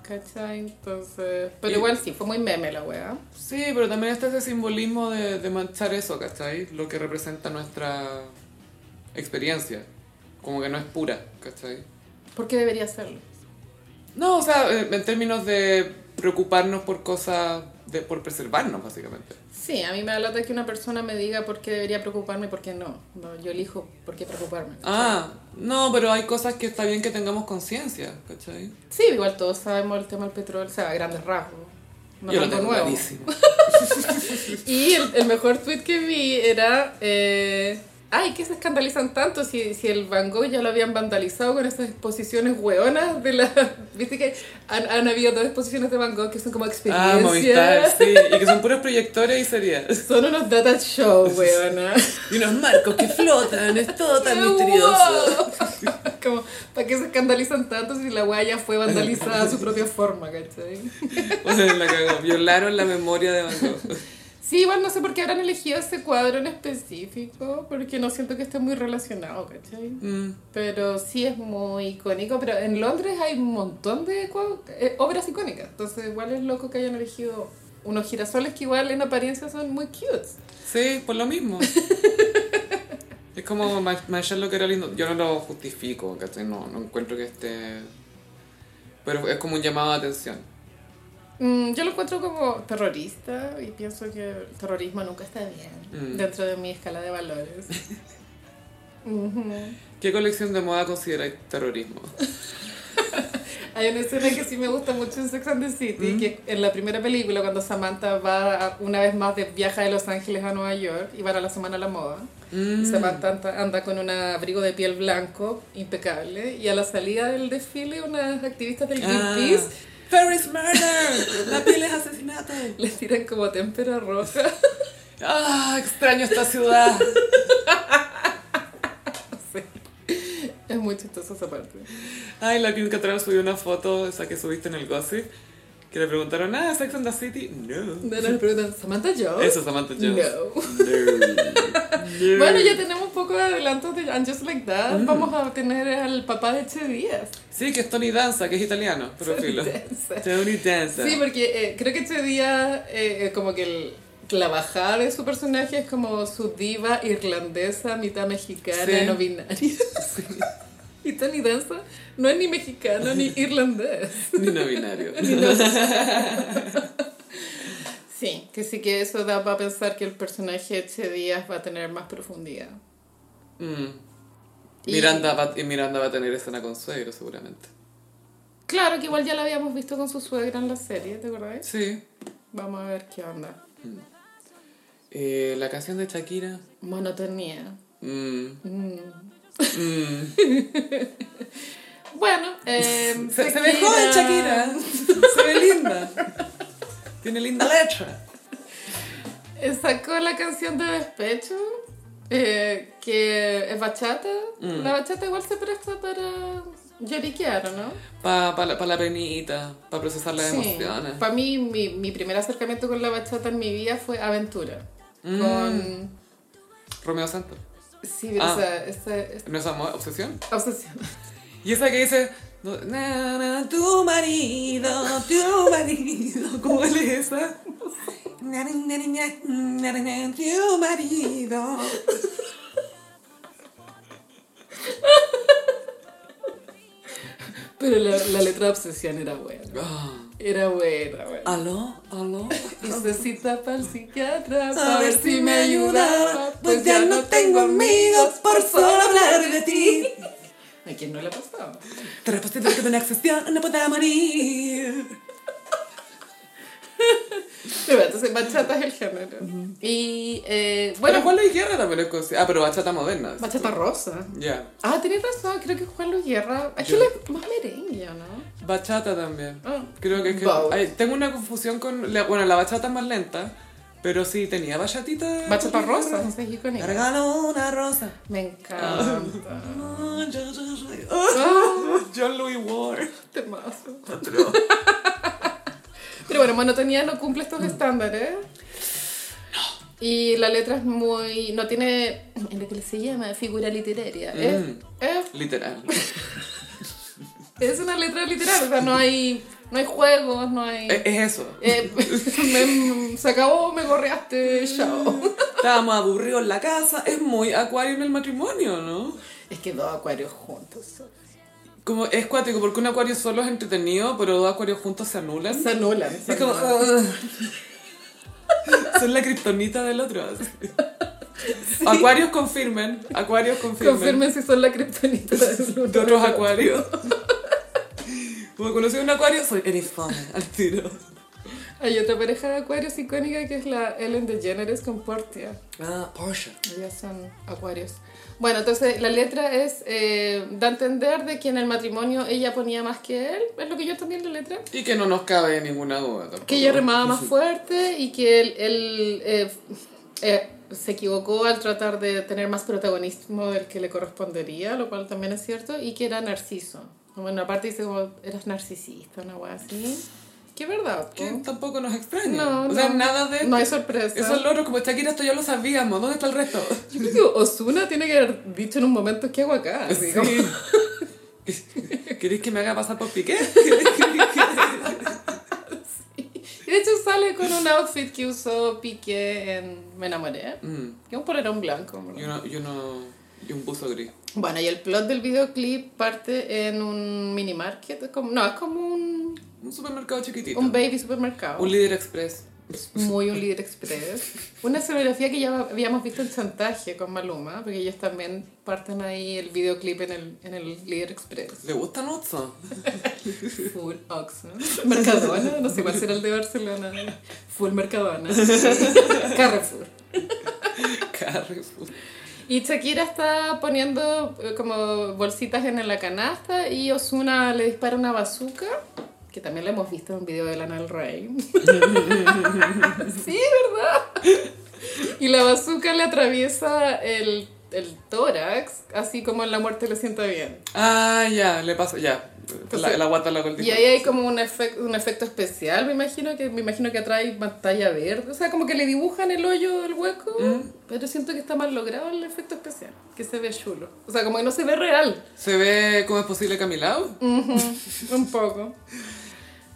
B: ¿cachai? Entonces... Pero
A: Y-
B: igual sí, fue muy meme la wea.
A: Sí, pero también está ese simbolismo de, de manchar eso, ¿cachai? Lo que representa nuestra experiencia. Como que no es pura, ¿cachai?
B: ¿Por qué debería hacerlo?
A: No, o sea, eh, en términos de preocuparnos por cosas, de, por preservarnos, básicamente.
B: Sí, a mí me da lata que una persona me diga por qué debería preocuparme y por qué no. No, yo elijo por qué preocuparme.
A: Ah, no, pero hay cosas que está bien que tengamos conciencia, ¿cachai?
B: Sí, igual todos sabemos el tema del petróleo, o sea, a grandes rasgos. No es
A: Yo lo
B: algo
A: tengo
B: nuevo.
A: clarísimo.
B: Y el, el mejor tweet que vi era... eh, Ay, ¿qué se escandalizan tanto si, si el Van Gogh ya lo habían vandalizado con esas exposiciones hueonas de la... Viste que han, han habido dos exposiciones de Van Gogh que son como
A: Ah, Movistar,
B: experiencias.
A: sí. Y que son puros proyectores y series.
B: son unos data show, hueonas.
A: Y unos marcos que flotan, es todo tan
B: ¡Wow!
A: misterioso.
B: Como, ¿para qué se escandalizan tanto si la weá ya fue vandalizada a su propia forma, cachai?
A: O sea, la cagó. Violaron la memoria de Van Gogh.
B: Sí, igual no sé por qué habrán elegido ese cuadro en específico, porque no siento que esté muy relacionado, cachai.
A: Mm.
B: Pero sí es muy icónico, pero en Londres hay un montón de cua- eh, obras icónicas, entonces igual es loco que hayan elegido unos girasoles que igual en apariencia son muy cute.
A: Sí, por lo mismo. es como ma- manchar lo que era lindo. Yo no lo justifico, ¿cachai? No, no encuentro que esté... Pero es como un llamado de atención.
B: Mm, yo lo encuentro como terrorista y pienso que el terrorismo nunca está bien
A: Mm.
B: dentro de mi escala de valores. Ujú.
A: ¿Qué colección de moda consideráis terrorismo?
B: Hay una escena que sí me gusta mucho en Sex and the City, que en la primera película cuando Samantha va a- una vez más de viaja de Los Ángeles a Nueva York y van a la semana a la moda. Y Samantha anda- anda con un abrigo de piel blanco impecable y a la salida del desfile unas activistas del
A: Ah.
B: Greenpeace
A: Ferris Murder. La piel es asesinato.
B: le tiran como témpera roja.
A: Ah, extraño esta ciudad.
B: Es muy chistosa esa parte.
A: Ay, la Kim Cattrall subió una foto, esa que subiste en el Gossip, que le preguntaron, ah, Sex and the City. No.
B: No, no, le preguntan, ¿Samantha Jones?
A: Eso, Samantha Jones.
B: No.
A: No.
B: Bueno, ya tenemos un poco de adelantos de And Just Like That. Vamos a tener al papá de Che Díaz.
A: Sí, que es Tony Danza, que es italiano, pero filo.
B: Danza.
A: Tony Danza.
B: Sí, porque eh, creo que Che Díaz, eh, eh, como que el- la bajada de su personaje es como su diva irlandesa, mitad mexicana,
A: Sí.
B: no binaria. Y Tony Danza no es ni mexicano ni irlandés.
A: Ni no binario.
B: Sí, que sí que eso da para pensar que el personaje de Che Díaz va a tener más profundidad.
A: Mm.
B: Y-
A: Miranda, va, y Miranda va a tener escena con suegro, seguramente.
B: Claro que igual ya la habíamos visto con su suegra en la serie, ¿te acordás?
A: Sí.
B: Vamos a ver qué onda.
A: Eh, la canción de Shakira.
B: Monotonía.
A: Mm. Mm.
B: Bueno, eh,
A: Se, se ve joven Shakira. Se ve linda. Tiene linda letra.
B: Eh, Sacó la canción de despecho, eh, que es bachata.
A: Mm.
B: La bachata igual se presta para lloriquear, ¿o ¿no?
A: Para pa, la- pa la penita, para procesar las emociones.
B: Para mí, mi, mi primer acercamiento con la bachata en mi vida fue Aventura.
A: Mm.
B: con...
A: Romeo Santos.
B: Sí, pero
A: Ah.
B: esa, esa- esa-
A: ¿No es amor? ¿Obsesión?
B: obsesión.
A: Y esa que dice... no, na, na, tu marido, tu marido. ¿Cuál es esa? Na, na, na, na, na, na, na, tu marido.
B: Pero la, la letra de obsesión era buena.
A: Ah.
B: Era buena, buena.
A: ¿Aló? ¿Aló?
B: Y se cita para el psiquiatra
A: A ver si me ayudaba, pues ya no tengo amigos por solo hablar de ti.
B: ¿A quién no le ha pasado?
A: Tras que de una excepción no pueda morir.
B: Pero entonces bachata es el género. Y eh,
A: Bueno,
B: bueno,
A: Juan Luis Guerra también es cosa. Ah, pero bachata moderna.
B: bachata rosa.
A: Ya.
B: Ah, tenés razón, creo que Juan Luis Guerra. Es que
A: Yo-
B: él es más merengue, ¿o ¿no?
A: Bachata también.
B: Ah.
A: Creo que es que.
B: Both.
A: ay, tengo una confusión con. la- bueno, la bachata es más lenta, pero sí tenía bachatita.
B: Bachata rosa, esa es icónica.
A: Cargalo una rosa.
B: Me encanta.
A: Ah, yo- yo- yo- ah, John Louis Ward.
B: Temazo.
C: Otro.
B: Pero bueno, monotonía no cumple
A: Mm.
B: estos estándares. Y la letra es muy. no tiene. en lo que se llama figura literaria. Es,
A: Mm.
B: es,
A: Literal.
B: es una letra literaria, o sea, no hay. no hay juegos, no hay.
A: Es, es eso.
B: Eh, me- se acabó, me gorreaste, chao.
A: Estábamos aburridos en la casa. Es muy acuario en el matrimonio, ¿no?
B: Es que dos acuarios juntos.
A: Como es cuático, porque un acuario solo es entretenido, pero dos acuarios juntos se anulan.
B: Se anulan. se
A: Es como.
B: anulan.
A: "Ugh". Son la kriptonita del otro. así. Acuarios confirmen. Acuarios confirmen.
B: Confirmen si son la criptonita del
A: De
B: otro.
A: otros acuarios. Como conocí un acuario, soy eres fome, al tiro.
B: Hay otra pareja de acuarios icónica que es la Ellen DeGeneres con Portia.
A: Ah, Porsche.
B: Ellas son acuarios. Bueno, entonces la letra es eh, da a entender de que en el matrimonio ella ponía más que él, es lo que yo entendí en la letra.
A: Y que no nos cabe ninguna duda tampoco.
B: Que ella remaba más fuerte y que él, él, eh, eh, se equivocó al tratar de tener más protagonismo del que le correspondería, lo cual también es cierto, y que era narciso. Bueno, aparte dice como, eras narcisista, una wea así. Que verdad, po.
A: Que tampoco nos extraña.
B: No,
A: o sea,
B: no.
A: nada de.
B: No hay sorpresa.
A: Eso es lo otro, como Shakira, esto ya lo sabíamos. ¿Dónde está el resto?
B: Yo creo que Osuna tiene que haber dicho en un momento, ¿qué hago acá? Así como-
A: Sí. ¿Queréis que me haga pasar por piqué?
B: Y de hecho sale con un outfit que usó Piqué en Me Enamoré,
A: Mm.
B: que es un polerón blanco. ¿verdad?
A: Y, una- y una- y un buzo gris.
B: Bueno, y el plot del videoclip parte en un mini market, es como, no, es como un,
A: Un supermercado chiquitito.
B: un
A: Un,
B: baby supermercado.
A: líder express.
B: muy un líder express. Una escenografía que ya habíamos visto en Chantaje con Maluma, porque ellos también parten ahí el videoclip en el, en el líder express.
A: ¿Le gustan Otso?
B: Full Oxxo. Mercadona, no sé cuál será el de Barcelona. Full Mercadona. Carrefour.
A: Carrefour.
B: Y Shakira está poniendo eh, como bolsitas en la canasta y Osuna le dispara una bazooka, que también la hemos visto en un video de Lana del Rey. sí, ¿verdad? Y la bazooka le atraviesa el, el tórax, así como en la muerte le sienta bien.
A: Ah, ya, le paso, ya. La, la guata la gordita.
B: Pues Y ahí hay como un, efec- un efecto especial, me imagino, que me imagino que atrae pantalla verde. O sea, como que le dibujan el hoyo, el hueco, pero siento que está mal logrado el efecto especial, que se ve chulo. O sea, como que no se ve real,
A: ¿Se ve cómo es posible Camilao?
B: Mm. un poco.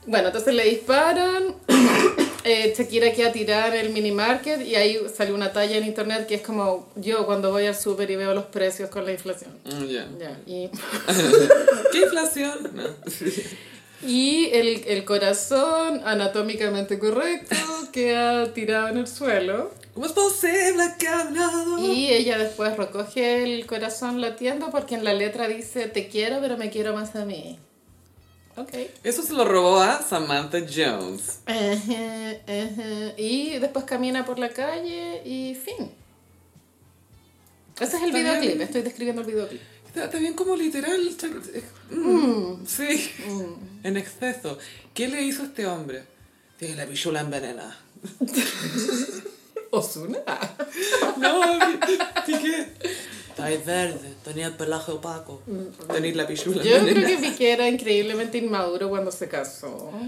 B: Bueno, entonces le disparan, eh, Shakira queda tirada en el mini market y ahí salió una talla en internet que es como yo cuando voy al súper y veo los precios con la inflación.
A: Mm, ya.
B: Ya, y...
A: ¿Qué inflación? No.
B: Y el, el corazón anatómicamente correcto queda tirado en el suelo.
A: ¿Cómo es posible Camilao?
B: Y ella después recoge el corazón latiendo porque en la letra dice te quiero pero me quiero más a mí. Ok.
A: Eso se lo robó a Samantha Jones.
B: Ajá, ajá. Y después camina por la calle y fin. Ese es el
A: Está bien.
B: videoclip, estoy describiendo el videoclip.
A: Está, está bien como literal. está- eh, mm, Sí.
B: Mm.
A: En exceso. ¿Qué le hizo este hombre? Tiene la pichula envenenada.
B: ¿Osuna?
A: No, Piqué. Está Estabais verde, tenía el pelaje opaco. Tenéis la pichula.
B: Mm, Yo
A: nena.
B: creo que Piqué era increíblemente inmaduro cuando se casó.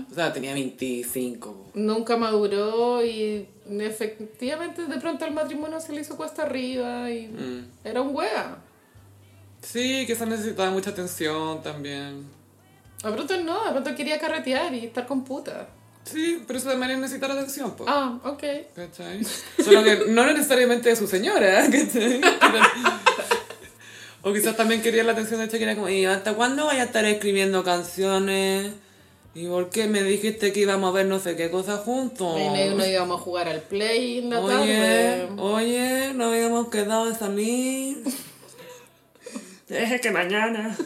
A: O sea, tenía 25. po.
B: Nunca maduró y efectivamente de pronto el matrimonio se le hizo cuesta arriba y
A: Mm.
B: era un wea.
A: Sí, quizás necesitaba mucha atención también.
B: De pronto no, de pronto quería carretear y estar con puta.
A: Sí, pero eso también es necesitar atención, po.
B: Ah, ok.
A: ¿Cachai? Solo que no necesariamente de su señora, ¿cachai? O quizás también quería la atención de Shakira como, ¿y hasta cuándo vaya a estar escribiendo canciones? ¿Y por qué me dijiste que íbamos a ver no sé qué cosas juntos?
B: Y medio nos íbamos a jugar al play en la
A: Oh. Oye,
B: tarde.
A: oye, no habíamos quedado de salir. Deje que mañana.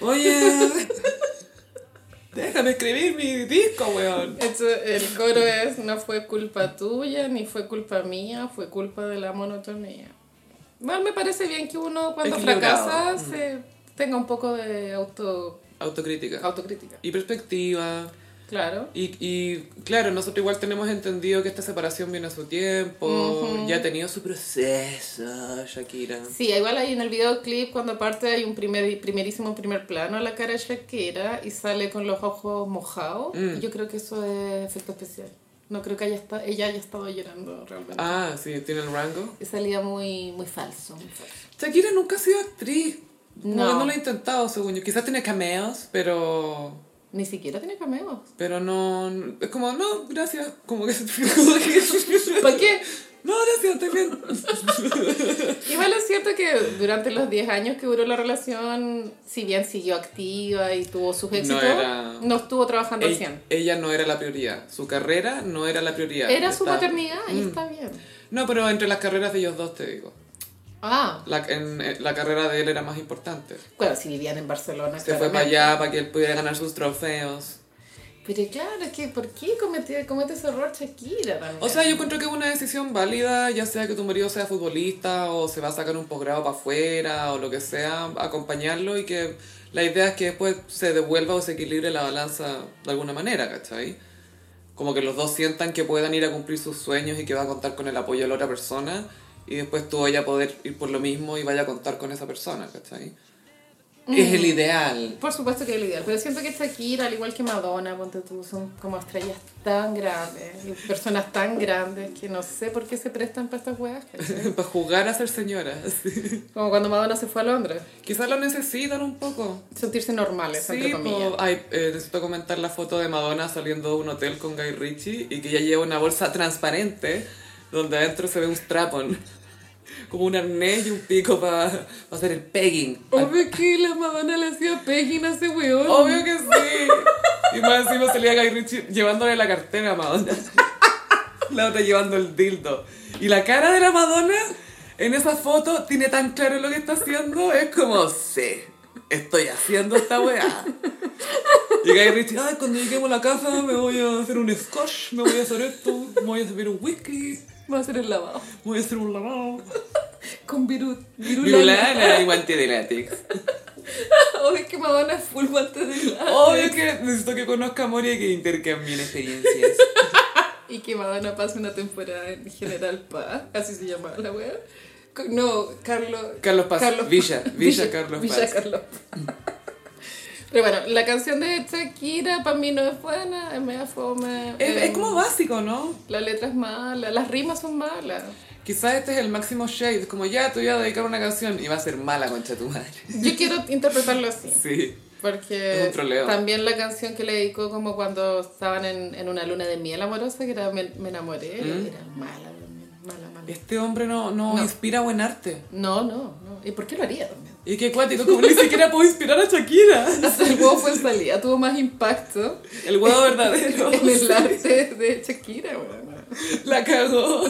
A: Oye, déjame escribir mi disco, weón.
B: Esto- el coro es, no fue culpa tuya, ni fue culpa mía, fue culpa de la monotonía. Bueno, me parece bien que uno cuando
A: Equilibrado. Mm.
B: fracasa se tenga un poco de auto,
A: Autocrítica.
B: autocrítica.
A: Y perspectiva.
B: Claro.
A: Y, y, claro, nosotros igual tenemos entendido que esta separación viene a su tiempo, ya ha tenido su proceso, Shakira.
B: Sí, igual ahí en el videoclip cuando parte hay un primer, primerísimo primer plano a la cara de Shakira y sale con los ojos mojados.
A: Mm.
B: Yo creo que eso es efecto especial. No creo que haya esta- ella haya estado llorando realmente.
A: Ah, sí, tiene el rango.
B: Y salía muy, muy falso, muy falso.
A: Shakira nunca ha sido actriz. Como
B: No.
A: que no lo ha intentado, según yo. Quizás tiene cameos, pero...
B: Ni siquiera tiene cameos.
A: Pero no... Es como, no, gracias. Como que...
B: ¿Para qué?
A: no, gracias, estoy bien.
B: Igual es cierto que durante los 10 años que duró la relación, si bien siguió activa y tuvo sus éxitos, no,
A: era-
B: estuvo trabajando al 100.
A: Ella, ella no era la prioridad. Su carrera no era la prioridad.
B: Era su
A: Está-
B: maternidad y
A: Mm.
B: está bien.
A: No, pero entre las carreras de ellos dos, te digo.
B: Ah,
A: La, en- en- la carrera de él era más importante.
B: bueno, si vivían en Barcelona.
A: Se fue para
B: claramente.
A: allá para que él pudiera ganar sus trofeos.
B: Pero claro, es que ¿por qué comete, comete ese error Shakira también?
A: O sea, yo encuentro que es una decisión válida, ya sea que tu marido sea futbolista o se va a sacar un posgrado para afuera o lo que sea, acompañarlo y que la idea es que después se devuelva o se equilibre la balanza de alguna manera, ¿cachai? Como que los dos sientan que puedan ir a cumplir sus sueños y que va a contar con el apoyo de la otra persona y después tú vayas a poder ir por lo mismo y vaya a contar con esa persona, ¿cachai? Es el ideal,
B: Por supuesto que es lo ideal, pero siento que Shakira, al igual que Madonna, ponte tú, son como estrellas tan grandes y personas tan grandes que no sé por qué se prestan para estas huevas.
A: para jugar a ser señora. sí.
B: Como cuando Madonna se fue a Londres.
A: Quizás lo necesitan un poco.
B: sentirse normales,
A: Sí,
B: entre comillas.
A: po. Ay, eh, necesito comentar la foto de Madonna saliendo de un hotel con Guy Ritchie y que ella lleva una bolsa transparente donde adentro se ve un strapon, como un arnés y un pico para hacer el pegging.
B: Obvio que la Madonna le hacía pegging a ese weón.
A: Obvio que sí. Y más encima salía Guy Ritchie llevándole la cartera a Madonna. La otra llevando el dildo. Y la cara de la Madonna en esa foto tiene tan claro lo que está haciendo. Es como, sí, estoy haciendo esta weá. Y Guy Ritchie, ay, cuando lleguemos a la casa me voy a hacer un scotch, me voy a hacer esto, me voy a servir un whisky, me
B: Va a ser el lavado.
A: voy a hacer un lavado.
B: Con virut.
A: Virulana y guante de látex.
B: Obvio que Madonna es full guante de látex.
A: Obvio que necesito que conozca a Moria y que intercambien experiencias.
B: Y que Madonna pase una temporada en General Paz. Así se llama la wea. Co- No, Carlos.
A: Carlos Paz. Villa, Villa Carlos
B: Villa
A: Paz.
B: Carlos Paz. Pero bueno, la canción de Shakira para mí no es buena, es media fome.
A: Es,
B: eh,
A: es como básico, ¿no?
B: La letra es mala, las rimas son malas.
A: Quizás este es el máximo shade, como ya te voy a dedicar una canción y va a ser mala concha tu madre.
B: Yo quiero interpretarlo así.
A: Sí. Es
B: Porque
A: un troleo.
B: también la canción que le dedicó como cuando estaban en, en una luna de miel amorosa, que era Me, me enamoré,
A: ¿Mm?
B: era mala, mala, mala.
A: Este hombre no, no,
B: No.
A: inspira buen arte.
B: No, no, no. ¿Y por qué lo haría también?
A: Y qué cuático, como ni siquiera puedo inspirar a Shakira.
B: Hasta el huevo fue en salida, tuvo más impacto
A: El huevo verdadero.
B: en el arte de Shakira, weón.
A: La cagó.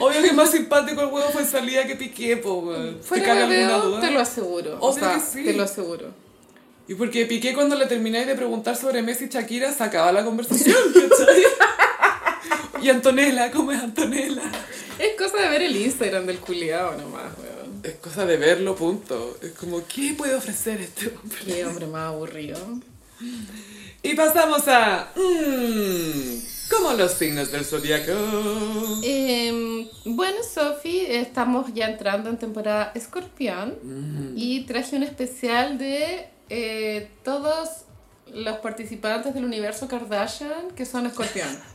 A: Obvio que es más simpático el huevo fue en salida que piqué, po, weón. ¿Te
B: Fuera
A: caga
B: de
A: alguna
B: huevo,
A: duda?
B: te lo aseguro. o
A: Obvio
B: sea,
A: que sí.
B: te lo aseguro.
A: Y porque Piqué cuando le termináis de preguntar sobre Messi y Shakira, se acaba la conversación, ¿cachai? y Antonella, ¿cómo es Antonella?
B: Es cosa de ver el Instagram del culiao nomás, weón.
A: Es cosa de verlo, punto. Es como, ¿qué puede ofrecer este hombre?
B: Qué hombre más aburrido.
A: Y pasamos a... mm, Como los signos del zodiaco.
B: Eh, bueno, Sophie, estamos ya entrando en temporada escorpión y traje un especial de eh, todos los participantes del universo Kardashian que son escorpión.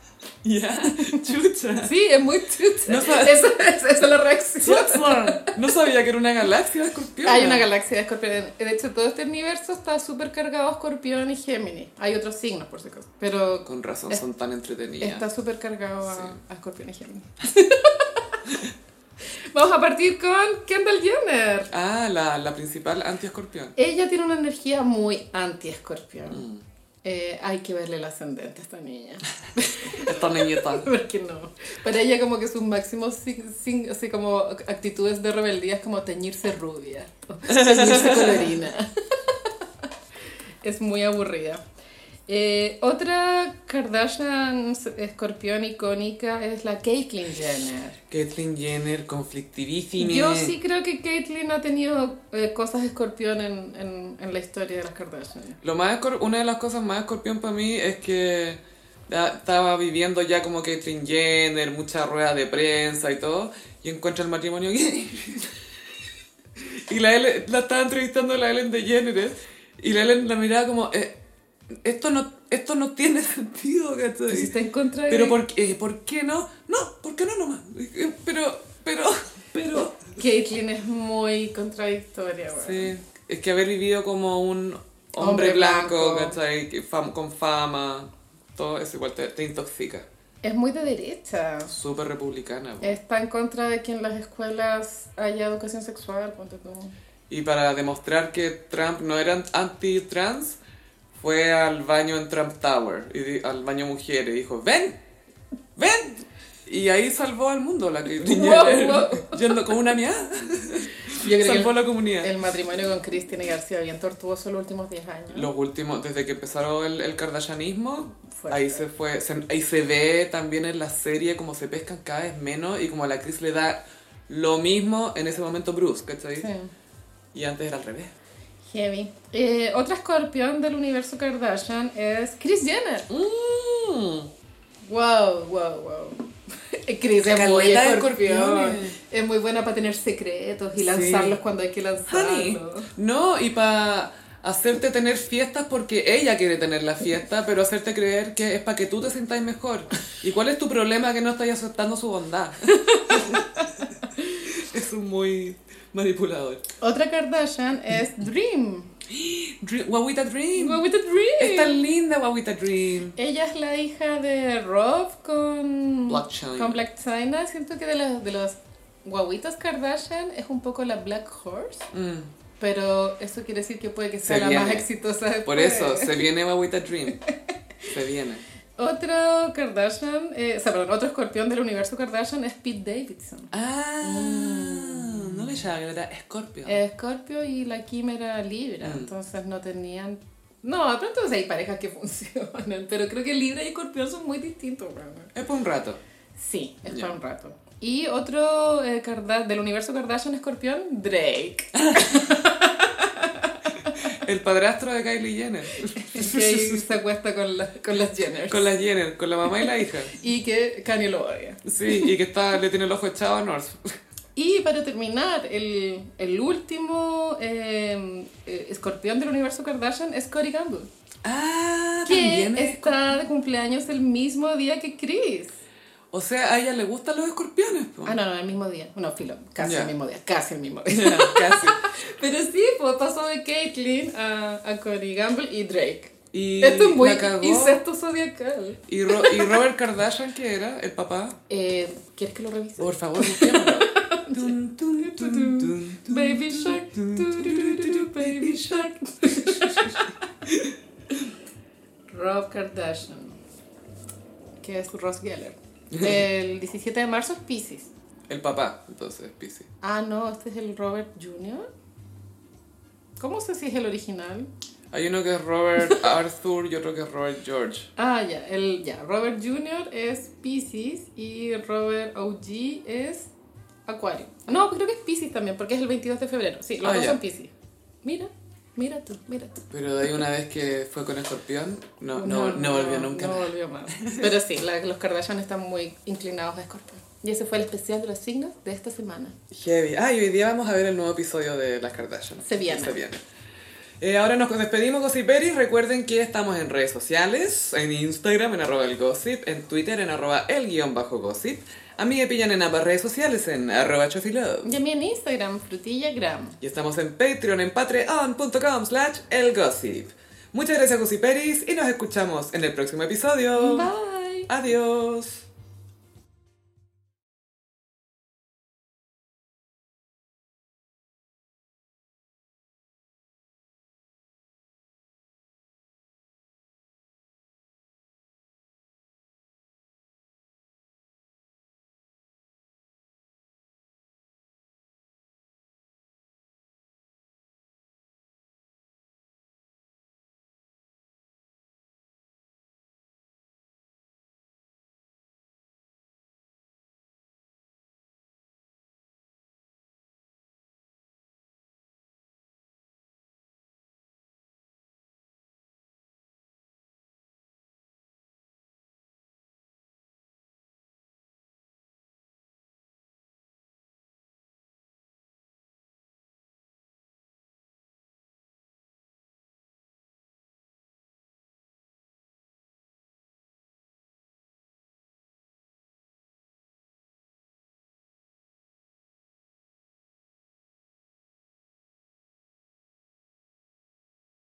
A: Ya, chucha.
B: Sí, es muy chucha.
A: No sabes.
B: Esa, esa- esa es la reacción.
A: Chucha. No sabía que era una galaxia de escorpión.
B: Hay una galaxia de escorpión. De hecho, todo este universo está súper cargado de escorpión y Géminis. Hay otros signos, por si acaso. Pero
A: Con razón son tan entretenidas.
B: Está súper cargado a,
A: Sí.
B: a Scorpion y Géminis. Vamos a partir con Kendall Jenner.
A: Ah, la, la principal anti-escorpión.
B: Ella tiene una energía muy
A: Mm.
B: anti-escorpión. Eh, hay que verle el ascendente a esta niña.
A: Esta niñeta.
B: Porque no. Para ella como que sus máximos sin- sin- así como actitudes de rebeldía es como teñirse rubia, o teñirse colorina. es muy aburrida. Eh, otra Kardashian s- escorpión icónica es la Caitlyn Jenner.
A: Caitlyn Jenner, conflictivísima.
B: Yo sí creo que Caitlyn ha tenido eh, cosas escorpión en, en- en la historia de las Kardashian.
A: Lo más escor- una de las cosas más escorpión para mí es que ya estaba viviendo ya como Caitlyn Jenner, mucha rueda de prensa y todo, y encuentra el matrimonio gay. y la, Ellen- la estaba entrevistando la Ellen de Jenner y la Ellen la miraba como, eh, esto, no, esto no tiene sentido, ¿cachai?
B: Si está en contra de
A: Pero por, qué- eh, ¿por qué no? No, ¿por qué no nomás? Eh, Pero, pero, pero...
B: Caitlyn es muy contradictoria. weón.
A: Sí, es que haber vivido como un hombre,
B: Hombre
A: blanco,
B: blanco.
A: ¿cachai? Que fam- con fama, todo eso igual te, te intoxica.
B: Es muy de derecha.
A: Súper republicana. po.
B: Está en contra de que en las escuelas haya educación sexual, ponte tú.
A: Y para demostrar que Trump no era anti-trans, fue al baño en Trump Tower, y di- al baño mujeres, y dijo, ven, ven. Y ahí salvó al mundo la que
B: wow.
A: yendo con una mía,
B: Yo creo
A: salvó
B: que
A: a la comunidad.
B: el, el matrimonio con Cristina García bien tortuoso los últimos 10 años.
A: Los últimos, desde que empezaron el, el kardashianismo,
B: Fuerte.
A: ahí se fue, se- ahí se ve también en la serie como se pescan cada vez menos y como a la actriz le da lo mismo en ese momento Bruce, ¿cachai?
B: Sí.
A: Y antes era al revés.
B: Heavy. Eh, otra escorpión del universo Kardashian es Kris Jenner. Mm, Wow, wow, wow. Chris es muy
A: Caleta de
B: escorpión.
A: escorpiones.
B: Es muy buena para tener secretos y
A: Sí.
B: lanzarlos cuando hay que
A: Honey.
B: lanzarlos.
A: No, y para hacerte tener fiestas porque ella quiere tener la fiesta, pero hacerte creer que es para que tú te sientas mejor. ¿Y cuál es tu problema que no estás aceptando su bondad? es un muy manipulador.
B: Otra Kardashian es Dream.
A: Dream, Guaguita Dream.
B: Go with the Dream.
A: Es tan linda Guaguita Dream.
B: Ella es la hija de Rob con
A: Blac Chyna.
B: Con Blac Chyna. Siento que de las de los guaguitas Kardashian es un poco la Black Horse,
A: Mm.
B: pero eso quiere decir que puede que sea
A: Se
B: la más
A: viene.
B: exitosa
A: Por
B: después.
A: eso, se viene Guaguita Dream. Se viene.
B: Otro Kardashian, eh, o sea, perdón, otro escorpión del universo Kardashian es Pete Davidson.
A: Ah, no me llama, era Scorpio.
B: Eh. Escorpio y la químera Libra,
A: Mm.
B: entonces no tenían... No, de pronto hay parejas que funcionan, pero creo que Libra y Escorpión son muy distintos. weón.
A: Es por un rato.
B: Sí, es
A: Ya.
B: para un rato. Y otro eh, Karda- del universo Kardashian escorpión, Drake.
A: El padrastro de Kylie Jenner.
B: Que ahí se acuesta con, la- con las Jenner.
A: Con las Jenner, con la mamá y la hija.
B: Y que Kanye lo odia.
A: Sí, y que está, le tiene el ojo echado a North.
B: Y para terminar, el, el último eh, eh, escorpión del universo Kardashian es Cory Gamble.
A: Ah,
B: Que está de cumpleaños el mismo día que Chris.
A: O sea, a ella le gustan los escorpiones. po.
B: Ah, no, no, el mismo día. No, filo, casi
A: Oh. Ya.
B: el mismo día, casi el mismo día.
A: Ya, Casi.
B: Pero sí, pues, pasó de Caitlyn a, a Cory Gamble y Drake.
A: Y
B: Esto es muy
A: la cagó.
B: incesto zodiacal.
A: Y, Ro- y Robert Kardashian, que era el papá.
B: Eh, ¿Quieres que lo revise?
A: Por favor, busquémoslo. Tun, tun, tun, tun, tun.
B: Baby Shark, turururu, Baby Shark. Rob Kardashian, que es Ross Geller. El 17 de marzo es Pisces.
A: El papá, entonces, Pisces.
B: Ah, no, este es el Robert Jr. ¿Cómo sé si es el original?
A: Hay uno que es Robert Arthur y otro que es Robert George.
B: Ah, ya, el ya. Robert Jr. es Pisces y Robert OG es Acuario. No, creo que es Pisces también, porque es el 22 de febrero. Sí, los
A: Ah,
B: dos
A: ya.
B: son Pisces. Mira, Mira tú, mira tú.
A: Pero de ahí una vez que fue con Escorpión, no, no, no, volvió nunca.
B: No volvió más. Pero sí, la- los Kardashian están muy inclinados a Escorpión. Y ese fue el especial de los signos de esta semana.
A: Heavy. Ah, y hoy día vamos a ver el nuevo episodio de Las Kardashian.
B: Se viene.
A: Se viene. Eh, ahora nos despedimos, Gossiperis. Recuerden que estamos en redes sociales, en Instagram, en arroba el gossip, en Twitter, en arroba el guión bajo gossip. A mí me pillan en ambas redes sociales, en arroba chofilove.
B: Y a mí en Instagram, frutillagram.
A: Y estamos en Patreon, en patreon.com slash elgossip. Oh. Muchas gracias, Gossiperis, y nos escuchamos en el próximo episodio.
B: Bye.
A: Adiós.